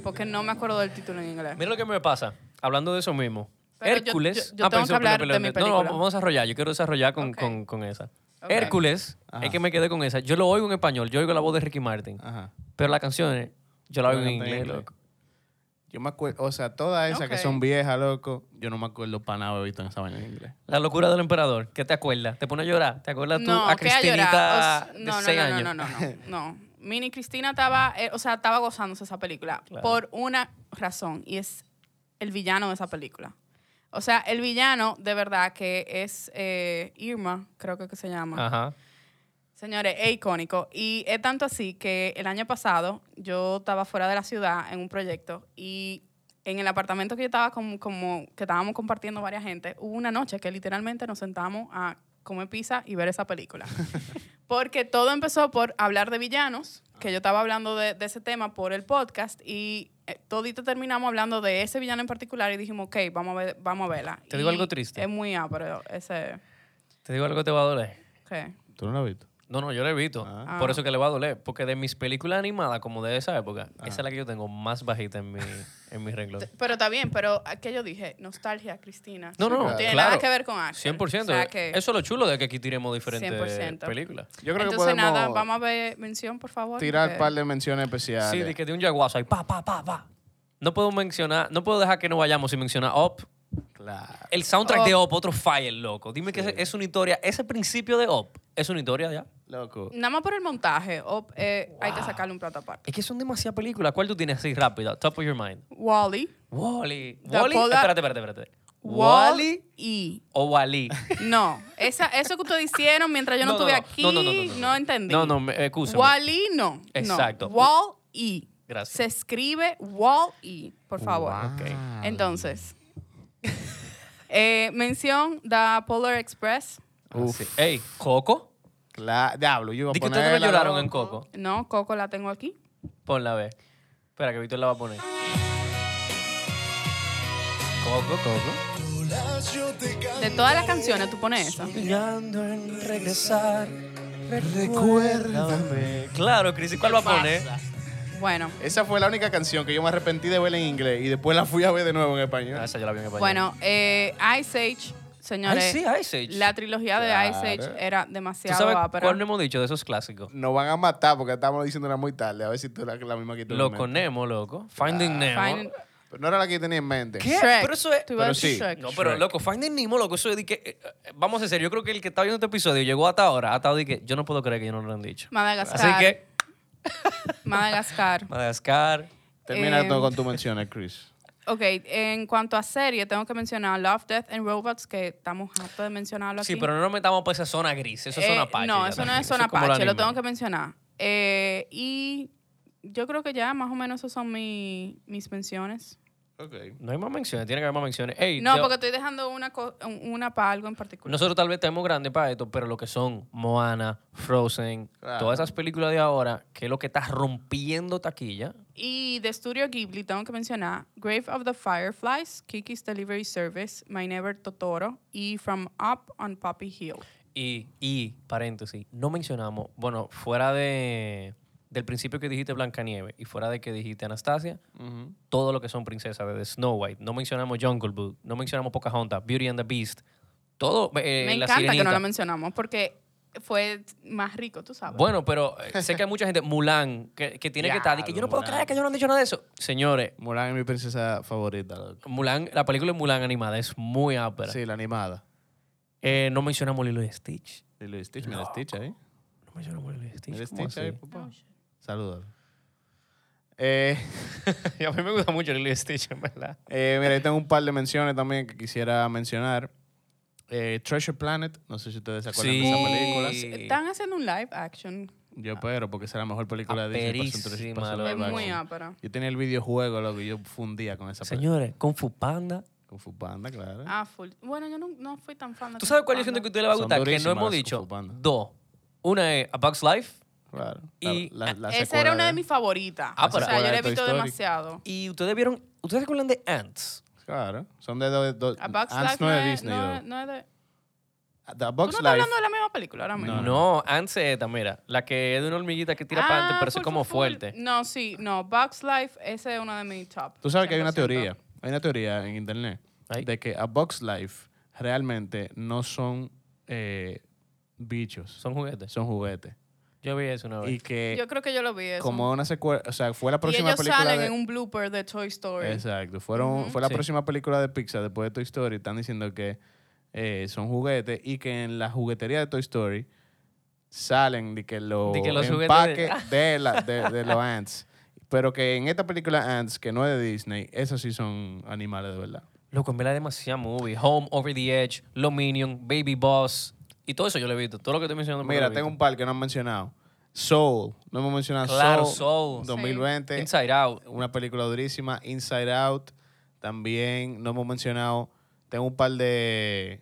C: Porque no me acuerdo del título en inglés.
B: Mira lo que me pasa, hablando de eso mismo.
C: Pero yo-
B: Hércules. Ah,
C: yo- yo tengo que hablar de mi
B: No,
C: película.
B: no, vamos a desarrollar. Yo quiero desarrollar con,
C: Ok.
B: con- con esa.
C: Ok.
B: Hércules,
A: Ajá.
B: es que me quedé con esa. Yo lo oigo en español, yo oigo la voz de Ricky Martin.
A: Ajá.
B: Pero las canciones, yo la
A: Pero
B: oigo en
A: no está en
B: inglés,
A: inglés.
B: loco.
A: Yo me acuerdo, o sea, todas esas
C: Ok.
A: que son viejas, loco, yo no me acuerdo para nada haber visto en esa vaina en inglés.
B: La locura del emperador, ¿qué te acuerdas? ¿Te pone a llorar? ¿Te acuerdas tú
C: no,
B: a
C: que a llorar.
B: Cristinita
C: O s-
B: de
C: no, no,
B: seis
C: no,
B: años?
C: no, no, no, no, no. Mini Cristina estaba, eh, o sea, estaba gozándose esa película
B: Claro.
C: por una razón y es el villano de esa película. O sea, el villano de verdad que es eh, Irma, creo que, que se llama.
B: Ajá.
C: Señores, es icónico. Y es tanto así que el año pasado yo estaba fuera de la ciudad en un proyecto y en el apartamento que yo estaba como, como que estábamos compartiendo varias gente, hubo una noche que literalmente nos sentamos a comer pizza y ver esa película. Porque todo empezó por hablar de villanos, que yo estaba hablando de, de ese tema por el podcast y eh, todito terminamos hablando de ese villano en particular y dijimos, ok, vamos a, ver, vamos a verla.
B: Te digo
C: Y
B: algo triste.
C: Es muy ápero ese...
B: Te digo algo que te va a doler.
C: ¿qué?
A: ¿Tú no la has visto?
B: No, no, yo la evito.
A: Ah.
B: Por
C: Ah.
B: eso que le va a doler. Porque de mis películas animadas, como de esa época, esa es la que yo tengo más bajita en mi, en mi renglón.
C: T- Pero está bien, pero ¿a ¿qué yo dije? Nostalgia, Cristina.
B: No, no,
C: no
B: no,
C: tiene
B: claro.
C: nada que ver con Axel.
B: 100%.
C: O sea que-
B: Eso es lo chulo de que aquí tiremos diferentes
C: 100%.
B: películas.
A: Yo creo
C: Entonces,
A: que podemos
C: nada, vamos a ver mención, por favor.
A: tirar un
C: porque-
A: par de menciones especiales.
B: Sí, de que de un yaguazo ahí, pa, pa, pa, pa. No puedo mencionar, no puedo dejar que no vayamos sin mencionar Up.
A: Claro.
B: El soundtrack
C: Up.
B: de Up, otro fire, loco. Dime que es, es una historia, ese principio de Up es una historia ya.
A: Loco.
C: Nada más por el montaje, o, eh, hay que sacarle un plato aparte.
B: Es que son demasiadas películas. ¿Cuál tú tienes así rápida? Top of your mind.
C: Wally.
B: Wally. Wally.
C: Dakota-
B: Espérate, espérate, espérate.
C: Wally y.
B: o Wally.
C: No, esa, eso que ustedes hicieron mientras yo no, estuve aquí, no, entendí.
B: No, no, me- excúsame.
C: Wally no. no.
B: Exacto.
C: Wall y.
B: Gracias.
C: Se escribe Wall y, por favor.
A: Wow.
B: Ok.
C: Entonces, eh, mención da Polar Express.
A: Uf.
B: Así. Ey, Coco.
A: Cla- Diablo, yo iba a
B: Di que
A: poner
B: ustedes no
A: la-
B: lloraron en Coco.
C: No, Coco la tengo aquí.
B: Ponla a ver. Espera, que Víctor la va a poner. Coco, Coco.
C: De todas las canciones, tú pones esa.
B: Mirando en regresar. Recuérdame. Claro, Cris, ¿y cuál va a poner?
C: Bueno,
A: Esa fue la única canción que yo me arrepentí de verla en inglés y después la fui a ver de nuevo en español.
B: Ah, esa yo la vi en español.
C: bueno, eh, Ice Age, señores.
B: Ice Age, Ice Age.
C: La trilogía de Ice
A: Claro.
C: Age era
B: ¿Tú
C: demasiado
B: sabes
C: ápera.
B: cuál no hemos dicho de esos clásicos?
A: Nos van a matar porque estábamos diciéndola muy tarde. A ver si tú la, la misma que tú.
B: Loco,
A: en mente.
B: Nemo, loco.
C: Ah,
B: Finding Nemo.
C: Finding-
A: Pero no era la que yo tenía en mente.
B: ¿Qué?
C: Shrek.
B: Pero eso es-
C: Tú ibas a
A: Pero
C: decir
A: sí.
C: Shrek.
B: No, pero
A: Shrek.
B: loco, Finding Nemo, loco, eso de que... eh, eh, vamos a ser, yo creo que el que está viendo este episodio llegó hasta ahora, hasta hoy, que yo no puedo creer que yo no lo han dicho.
C: Madagascar.
B: Así que,
C: Madagascar.
B: Madagascar,
A: Termina
C: Eh,
A: todo
B: Em.
A: con tu mención, Chris.
C: Ok, en cuanto a serie, tengo que mencionar Love, Death and Robots, que estamos hartos de mencionarlo aquí.
B: Sí, pero no nos metamos por esa zona gris. Eso es
C: Eh,
B: zona apache.
C: No,
B: ya
C: eso no
B: también.
C: es zona
B: como
C: apache, lo
B: anime.
C: tengo que mencionar. Eh, y yo creo que ya más o menos esas son mi- mis menciones.
A: Ok.
B: No hay más menciones, tiene que haber más menciones. Ey,
C: No,
B: te-
C: porque estoy dejando una, co- una para algo en particular.
B: Nosotros tal vez tenemos grandes para esto, pero lo que son Moana, Frozen,
A: Claro.
B: todas esas películas de ahora, que es lo que está rompiendo taquilla.
C: Y de Studio Ghibli tengo que mencionar Grave of the Fireflies, Kiki's Delivery Service, My Never Totoro y From Up on Poppy Hill.
B: Y, y paréntesis, no mencionamos, bueno, fuera de del principio que dijiste Blancanieve y fuera de que dijiste Anastasia,
A: Ujú.
B: todo lo que son princesas, desde Snow White, no mencionamos Jungle Book, no mencionamos Pocahontas, Beauty and the Beast, todo. eh,
C: Me
B: la
C: encanta que no
B: Sirenita.
C: la mencionamos porque fue más rico, tú sabes.
B: Bueno, pero eh, sé que hay mucha gente, Mulan, que, que tiene que estar. Y que yo no puedo
A: Diablo,
B: creer que ellos no han dicho nada de eso. Señores,
A: Mulan es mi princesa favorita, loco.
B: Mulan, la película de Mulan animada es muy ápera.
A: Sí, la animada.
B: Eh, no mencionamos Lilo y Stitch.
A: Lilo y Stitch, mira Stitch ahí.
B: No mencionamos Lilo y Stitch.
A: Mira
B: ¿cómo
A: Stitch ahí,
B: así?
A: papá. Saludos. Eh,
B: a mí me gusta mucho Lilo y Stitch, en verdad.
A: eh, mira, yo tengo un par de menciones también que quisiera mencionar. Eh, Treasure Planet, no sé si ustedes se acuerdan de esa
B: Sí.
A: película.
C: Sí, Eh, Están haciendo un live action.
A: Yo espero, porque esa es la mejor película de Disney. pasó en tres-
B: Aperísima,
A: pasó en
B: loco.
C: Es
A: live
C: muy
A: action.
C: ápera.
A: Yo tenía el videojuego, loco, y yo fundía con esa película.
B: Señores, Kung Fu Panda,
A: Kung Fu Panda, claro.
C: Ah, full. Bueno, yo no, no fui tan fan de
B: ¿Tú sabes cuál yo
C: es
B: siento que a usted le va a
A: Son
B: gustar? Que no
A: durísimas
B: hemos
A: las
B: dicho.
A: Kung Fu Panda.
B: Dos. Una es A Bug's Life.
A: claro.
B: y-
C: ah, Esa
A: secuela
C: era una de mis favoritas.
B: Ah,
C: o
B: pero-
C: sea, yo la he
A: Toy
C: visto
A: Story.
C: demasiado.
B: Y ustedes vieron... ¿Ustedes se acuerdan de Ants?
A: Claro. Son de dos. dos-
C: A Bugs
A: Mm, Ants
C: Life
A: no
C: no
A: es de
C: es
A: Disney,
C: no es-
A: though.
C: no es de-
A: The
C: ¿Tú no
A: Bugs
C: estás
A: Life.
C: hablando de la misma película ahora mismo?
B: No,
A: No, no.
B: Ants es esta, mira. La que es de una hormiguita que tira
C: Ah,
B: para adelante, pero eso
C: full,
B: es como
C: full, full.
B: fuerte.
C: No, sí, no. Bugs Life, ese es uno de mis top.
A: Tú sabes que hay una
C: 100%.
A: teoría. Hay una teoría en internet
B: Ay.
A: de que a Box Life realmente no son eh, bichos,
B: Son juguetes.
A: son juguetes.
B: Yo vi eso una vez.
A: Y que
C: Yo creo que yo lo vi eso.
A: como una secuela, o sea, fue la
C: y
A: próxima
C: ellos
A: película
C: salen
A: de-
C: en un blooper de Toy Story.
A: Exacto. Fueron,
C: Ujú.
A: Fue la
B: Sí.
A: próxima película de Pixar después de Toy Story. Están diciendo que eh, son juguetes y que en la juguetería de Toy Story salen de que, los
B: De que los juguetes
A: empaques de, la- de- de los Ants. Pero que en esta película Ants, que no es de Disney, esos sí son animales de verdad.
B: Loco, en verdad demasiado movie. Home, Over the Edge, Lo Minion, Baby Boss. Y todo eso yo lo he visto. Todo lo que estoy mencionando.
A: Mira, tengo un par que no han mencionado. Soul. No hemos mencionado
B: Claro, Soul.
A: Soul. 2020.
B: Inside Out.
A: Una película durísima. Inside Out. También no hemos mencionado. Tengo un par de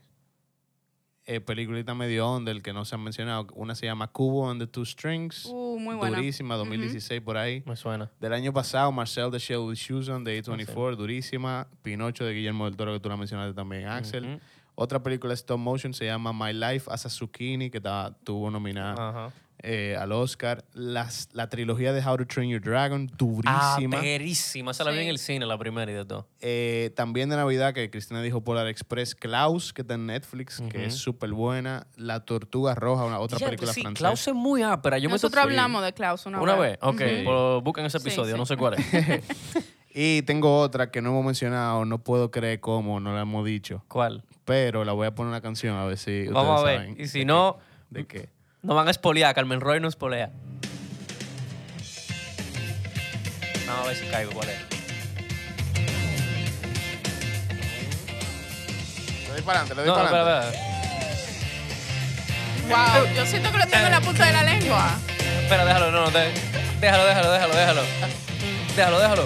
A: eh, peliculitas medio del que no se han mencionado. Una se llama Cubo and the Two Strings.
C: Uh, muy buena.
A: Durísima, 2016 por ahí.
B: Me suena.
A: Del año pasado, Marcel de Shell with Shoes on, de A24, durísima. Pinocho de Guillermo del Toro, que tú la mencionaste también, Axel.
B: Ujú.
A: Otra película de stop motion se llama My Life as a Zucchini, que ta- tuvo nominada
B: Ajá.
A: eh, al Oscar. Las, la trilogía de How to Train Your Dragon,
B: Ah,
A: durísima.
B: perísima. Esa la vi
C: Sí.
B: en el cine, la primera y de todo.
A: Eh, también de Navidad, que Cristina dijo Polar Express, Klaus, que está en Netflix,
B: Ujú.
A: que es súper buena. La Tortuga Roja, una, otra
B: Ya,
A: película
B: sí,
A: francesa.
B: Klaus es muy ápera. Yo me
C: Nosotros
B: sorprendí.
C: hablamos de Klaus una,
B: Una vez, ok.
A: Ujú.
B: pues busquen ese
C: Sí,
B: episodio,
C: sí.
B: no sé cuál es.
A: Y tengo otra que no hemos mencionado, no puedo creer cómo, no la hemos dicho.
B: ¿Cuál?
A: Pero la voy a poner una canción a ver si
B: Vamos a
A: ustedes
B: ver.
A: saben
B: Y si no,
A: de qué.
B: nos van a espolear. Carmen Roy nos espolea. Vamos a ver si caigo cuál es.
A: Le doy para adelante, le doy
B: No, no,
A: para
B: espera,
A: adelante.
B: espera.
C: Wow, yo siento que lo tengo en la punta de la lengua.
B: Espera, déjalo, no, no, te- déjalo, déjalo, déjalo, déjalo. Déjalo, déjalo.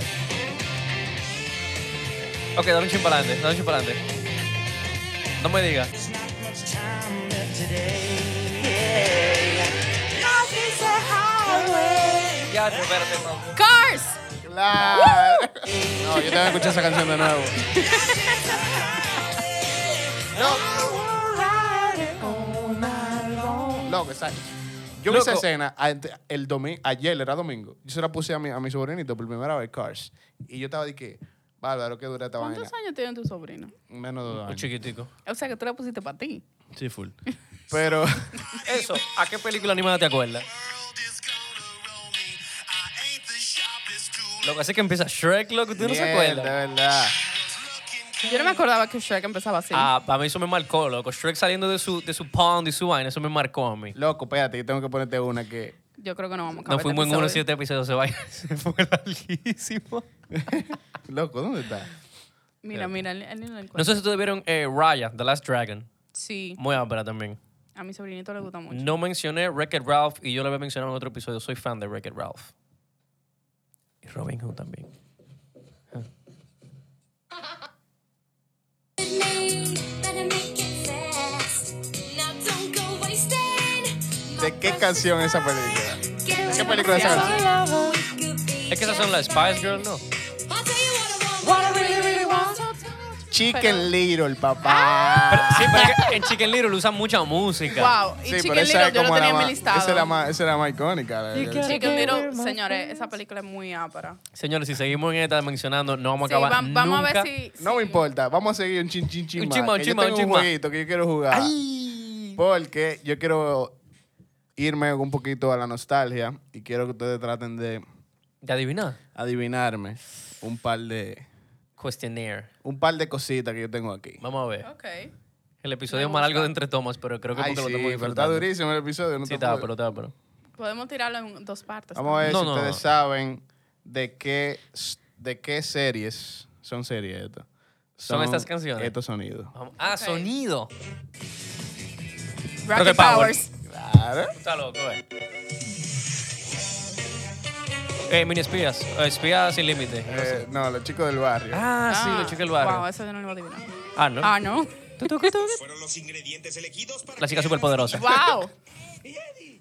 B: Ok, dale un chin para adelante, dale un chin para adelante. No me digas. Ya, espérate, mamá.
C: ¡Cars!
A: Claro. No, yo tengo que escuchar esa canción de nuevo. No. Loco, exacto. Yo vi esa
B: Loco.
A: escena ante- el domingo, ayer era domingo. Yo se la puse a mi, a mi sobrinito por primera vez, Cars. Y yo estaba de que, bárbaro, qué dura esta vaina.
C: ¿Cuántos años tiene tu sobrino?
A: Menos de dos
B: Un
A: años.
B: chiquitico.
C: O sea, que tú la pusiste para ti.
A: Sí, full. Pero
B: Eso, ¿a qué película animada te acuerdas? Loco, así que empieza Shrek, loco, tú no se
A: Mierda,
B: acuerdas.
A: de verdad.
C: Yo no me acordaba que Shrek empezaba así.
B: Ah, para mí eso me marcó, loco. Shrek saliendo de su, de su pond y su vaina, eso me marcó a mí.
A: Loco, espérate, yo tengo que ponerte una que.
C: Yo creo que no vamos a acabar
B: No
C: este
B: fuimos en uno,
C: episodio.
B: siete episodios, se, va, se fue larguísimo.
A: Loco, ¿dónde está?
C: Mira, mira, él, él ni lo encuentra.
B: No sé si ustedes vieron eh, Raya, The Last Dragon.
C: Sí,
B: Muy ápera también.
C: a mi sobrinito le gusta mucho.
B: No mencioné Wreck-It Ralph y yo lo había mencionado en otro episodio. Soy fan de Wreck-It Ralph. Y Robin Hood también.
A: ¿De qué canción es esa película?
E: ¿De
A: qué película es esa
B: Es que esas son las Spice Girls, ¿no?
A: Chicken
C: Pero-
A: Little, papá.
B: Pero, sí, pero es que en Chicken Little usan mucha música.
C: Wow, y
A: Sí,
C: Chicken
A: pero esa
C: Little
A: es
C: yo lo
A: como
C: tenía
A: la
C: en mi
A: más,
C: listado.
A: esa es la más, esa es la más icónica. la- la-
C: Chicken Little, señores, esa película es muy ápera.
B: Señores, si seguimos en esta mencionando, no vamos
C: Sí,
B: a acabar
C: vam- vamos
B: nunca.
C: a ver si...
A: No me
C: si-
A: importa, vamos a seguir un chin chin chin
B: Un
A: más,
B: chin más, un
A: que
B: chin
A: yo
B: más,
A: tengo
B: un chin
A: un
B: más.
A: jueguito que yo quiero jugar. Porque yo quiero irme un poquito a la nostalgia y quiero que ustedes traten de
B: ¿De adivinar?
A: adivinarme un par de
B: Questionnaire.
A: un par de cositas que yo tengo aquí.
B: Vamos a ver.
C: Ok.
B: El episodio más largo de entre tomas, pero creo que
A: Ay,
B: porque
A: sí,
B: lo estamos
A: pero está
B: disfrutando.
A: durísimo el episodio. No
B: Sí,
A: te
B: estaba,
A: puedo-
B: pero estaba, pero...
C: Podemos tirarlo en dos partes.
A: Vamos a ver
B: No,
A: si
B: no,
A: ustedes
B: no.
A: saben de qué, de qué series son series estas.
B: Son estas canciones.
A: Estos sonidos.
B: Vamos- Ah,
C: Ok.
B: sonido.
C: también.
B: Rocket
C: Rocket
B: Power.
C: Powers.
A: Claro.
B: Está loco, eh. Eh, mini espías. Eh, espías sin límite. no sé.
A: Eh, no, los chicos del barrio.
B: Ah, sí, lo chequé el barrio.
C: Wow, eso yo no lo iba a adivinar.
B: Ah, no.
C: Ah, no.
B: Tu, tu, tu, tu.
E: Fueron los ingredientes elegidos para
B: La chica
E: crear
B: superpoderosa.
C: wow.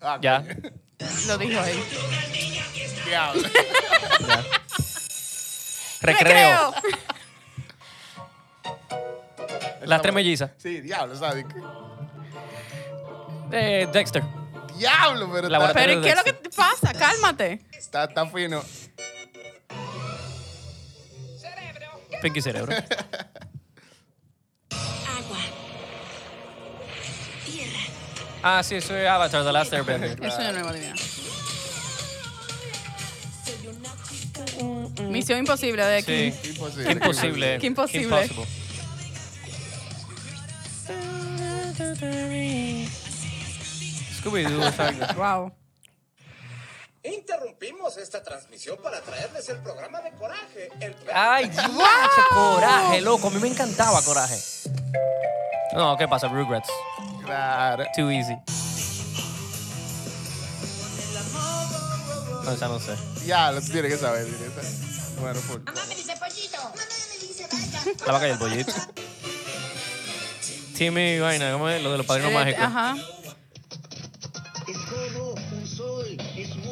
A: Ah,
B: Ya.
C: Lo dijo él.
A: diablo.
B: Recreo.
C: Me creo.
B: Las tres mellizas.
A: Sí, diablo, ¿sabes?
B: Eh, Dexter.
A: Diablo, pero está,
B: Laboratorio.
C: Pero ¿y ¿qué es lo que te pasa? Cálmate.
A: está, está fino.
B: Pinky Cerebro.
F: Agua. Tierra.
B: Ah, sí, soy Avatar, The Last Airbender.
C: Eso yo no lo iba a adivinar.
F: Soy una chica.
C: Misión imposible de aquí.
B: Sí.
A: Imposible.
B: Imposible.
C: Qué imposible.
B: Impossible. Scooby-Doo, exacto.
C: Wow.
E: Interrumpimos esta transmisión para traerles el programa de Coraje. El perro
B: ¡Ay, guache, coraje, loco! A mí me encantaba coraje. No, ¿qué pasa? Rugrats.
A: Claro.
B: Too easy. No, esa no sé.
A: Diablo, tú tienes que saber. tienes que saber. Bueno, full.
F: Mamá me dice pollito. Mamá me dice vaca.
B: La vaca y el pollito. Timmy, vaina, ¿cómo es? Lo de los padrinos
C: Eh,
B: mágicos.
C: Ajá.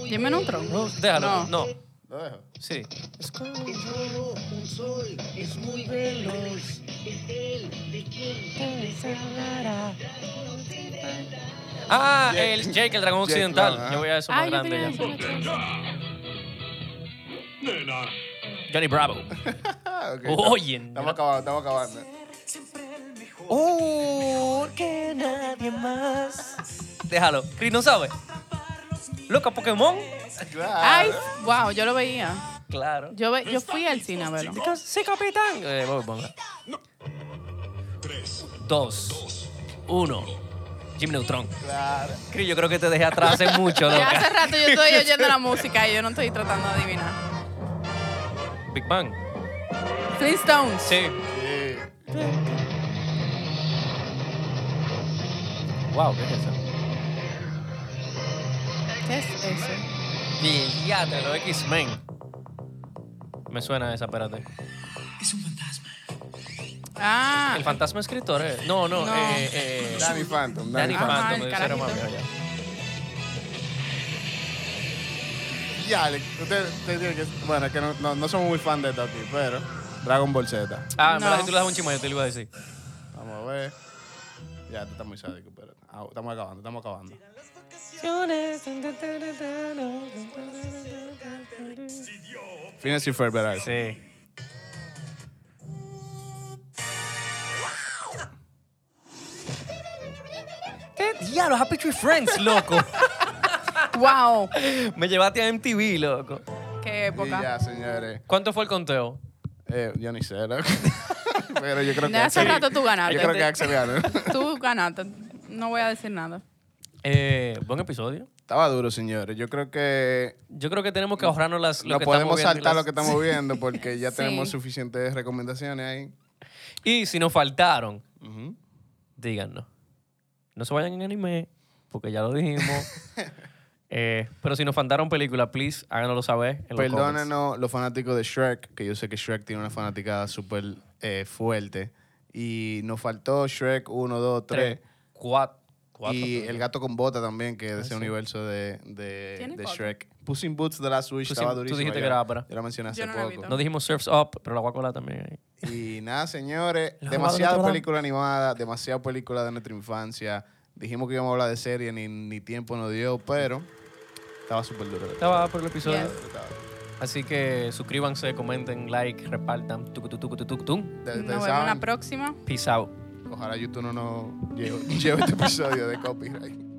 C: Dime en un tronco.
B: Déjalo. No.
C: No.
A: Lo dejo.
B: Sí. Ah,
A: Jake.
B: el Jake, el dragón
A: Jake,
B: occidental.
A: claro, ajá.
B: Yo voy a eso más
C: Ay, yo
B: grande
C: tenía
B: ya.
C: eso.
B: Johnny Bravo.
A: Ah, ok.
B: Oye.
A: Estamos acabando, estamos acabando.
B: Porque nadie más. Déjalo. Chris no sabe. Loca, Pokémon.
C: Ay,
A: Claro.
C: wow, yo lo veía.
B: Claro.
C: Yo, ve- yo fui al cine a verlo.
B: Sí, capitán. Eh, vamos, vamos.
E: tres.
B: Dos. Uno. Jim Neutron.
A: Claro.
B: Chris, yo creo que te dejé atrás hace mucho,
C: Ya
B: loca.
C: hace rato yo estoy oyendo la música y yo no estoy tratando de adivinar.
B: Big Bang.
C: Flintstones.
B: Sí.
A: Sí.
B: Wow, ¿qué es eso?
C: ¿Qué es eso?
B: Fíjate, los X-Men. Me suena esa, espérate.
C: Ah,
B: El fantasma escritor, eh. No, no,
C: No.
B: eh, eh,
A: Danny Phantom.
B: Danny
A: Danny
C: Ajá,
B: Phantom,
C: el
B: me dijeron
C: carajito.
B: mami, oye.
A: Diablo. Usted, usted tiene que. Bueno, es que no, no, no somos muy fan de esto aquí, pero. Dragon Ball Z.
B: Ah, me
C: No.
B: la gente le das un chimo, yo te lo iba a decir.
A: Vamos a ver. Ya, tú estás muy sádico, pero. ah, estamos acabando, estamos acabando. Fines y Ferber Eyes.
B: Sí. ¿Qué diablo? Happy Tree Friends, loco.
C: wow.
B: me llevaste a MTV, loco.
C: Qué
A: Y
C: época.
A: ya, señores.
B: ¿Cuánto fue el conteo?
A: Eh, yo ni sé, loco. Pero yo creo que.
C: De hace
A: Axel-
C: rato tú ganaste.
A: Yo creo que Axel ganó.
C: Tú ganaste. No voy a decir nada.
B: Eh, buen episodio.
A: Estaba duro, señores. Yo creo que
B: Yo creo que tenemos que ahorrarnos las. lo
A: no
B: que
A: podemos
B: estamos viendo y
A: saltar
B: las-
A: lo que estamos viendo porque ya
C: Sí.
A: tenemos suficientes recomendaciones ahí.
B: Y si nos faltaron,
A: Ujú.
B: díganos. No se vayan en anime, porque ya lo dijimos. Eh, pero si nos faltaron películas, please, háganoslo saber. en los comments.
A: Perdónenos los fanáticos de Shrek, que yo sé que Shrek tiene una fanaticada súper eh, fuerte. Y nos faltó Shrek 1, 2, 3.
B: cuat- cuatro.
A: Y
B: creo
A: El
B: yo.
A: Gato con Bota también, que es de ese
B: sí.
A: universo de, de,
C: Ah, ¿Tiene
A: de
C: cuatro?
A: Shrek. Puss in Boots de la Switch
B: Puss in-
A: estaba
B: tú
A: durísimo.
B: dijiste
A: yo-
B: que era ópera.
A: Yo la mencioné hace
C: Yo no la he
A: poco.
C: visto.
B: No dijimos Surf's Up, pero la voy a colar también. ahí.
A: Y nada, señores,
B: Los
A: demasiada
B: Juegos de Notre Dame.
A: película animada, demasiada película de nuestra infancia. Dijimos que íbamos a hablar de serie, ni, ni tiempo nos dio, pero estaba súper duro.
B: Estaba por el episodio.
C: Yes.
A: Estaba-
B: Así que suscríbanse, comenten, like, repartan. Tucu, tucu, tucu, tucu, tum.
A: Ustedes
C: Nos vemos en
A: saben,
C: la próxima.
B: Peace out.
A: ojalá YouTube no nos lleve, lleve este episodio de copyright.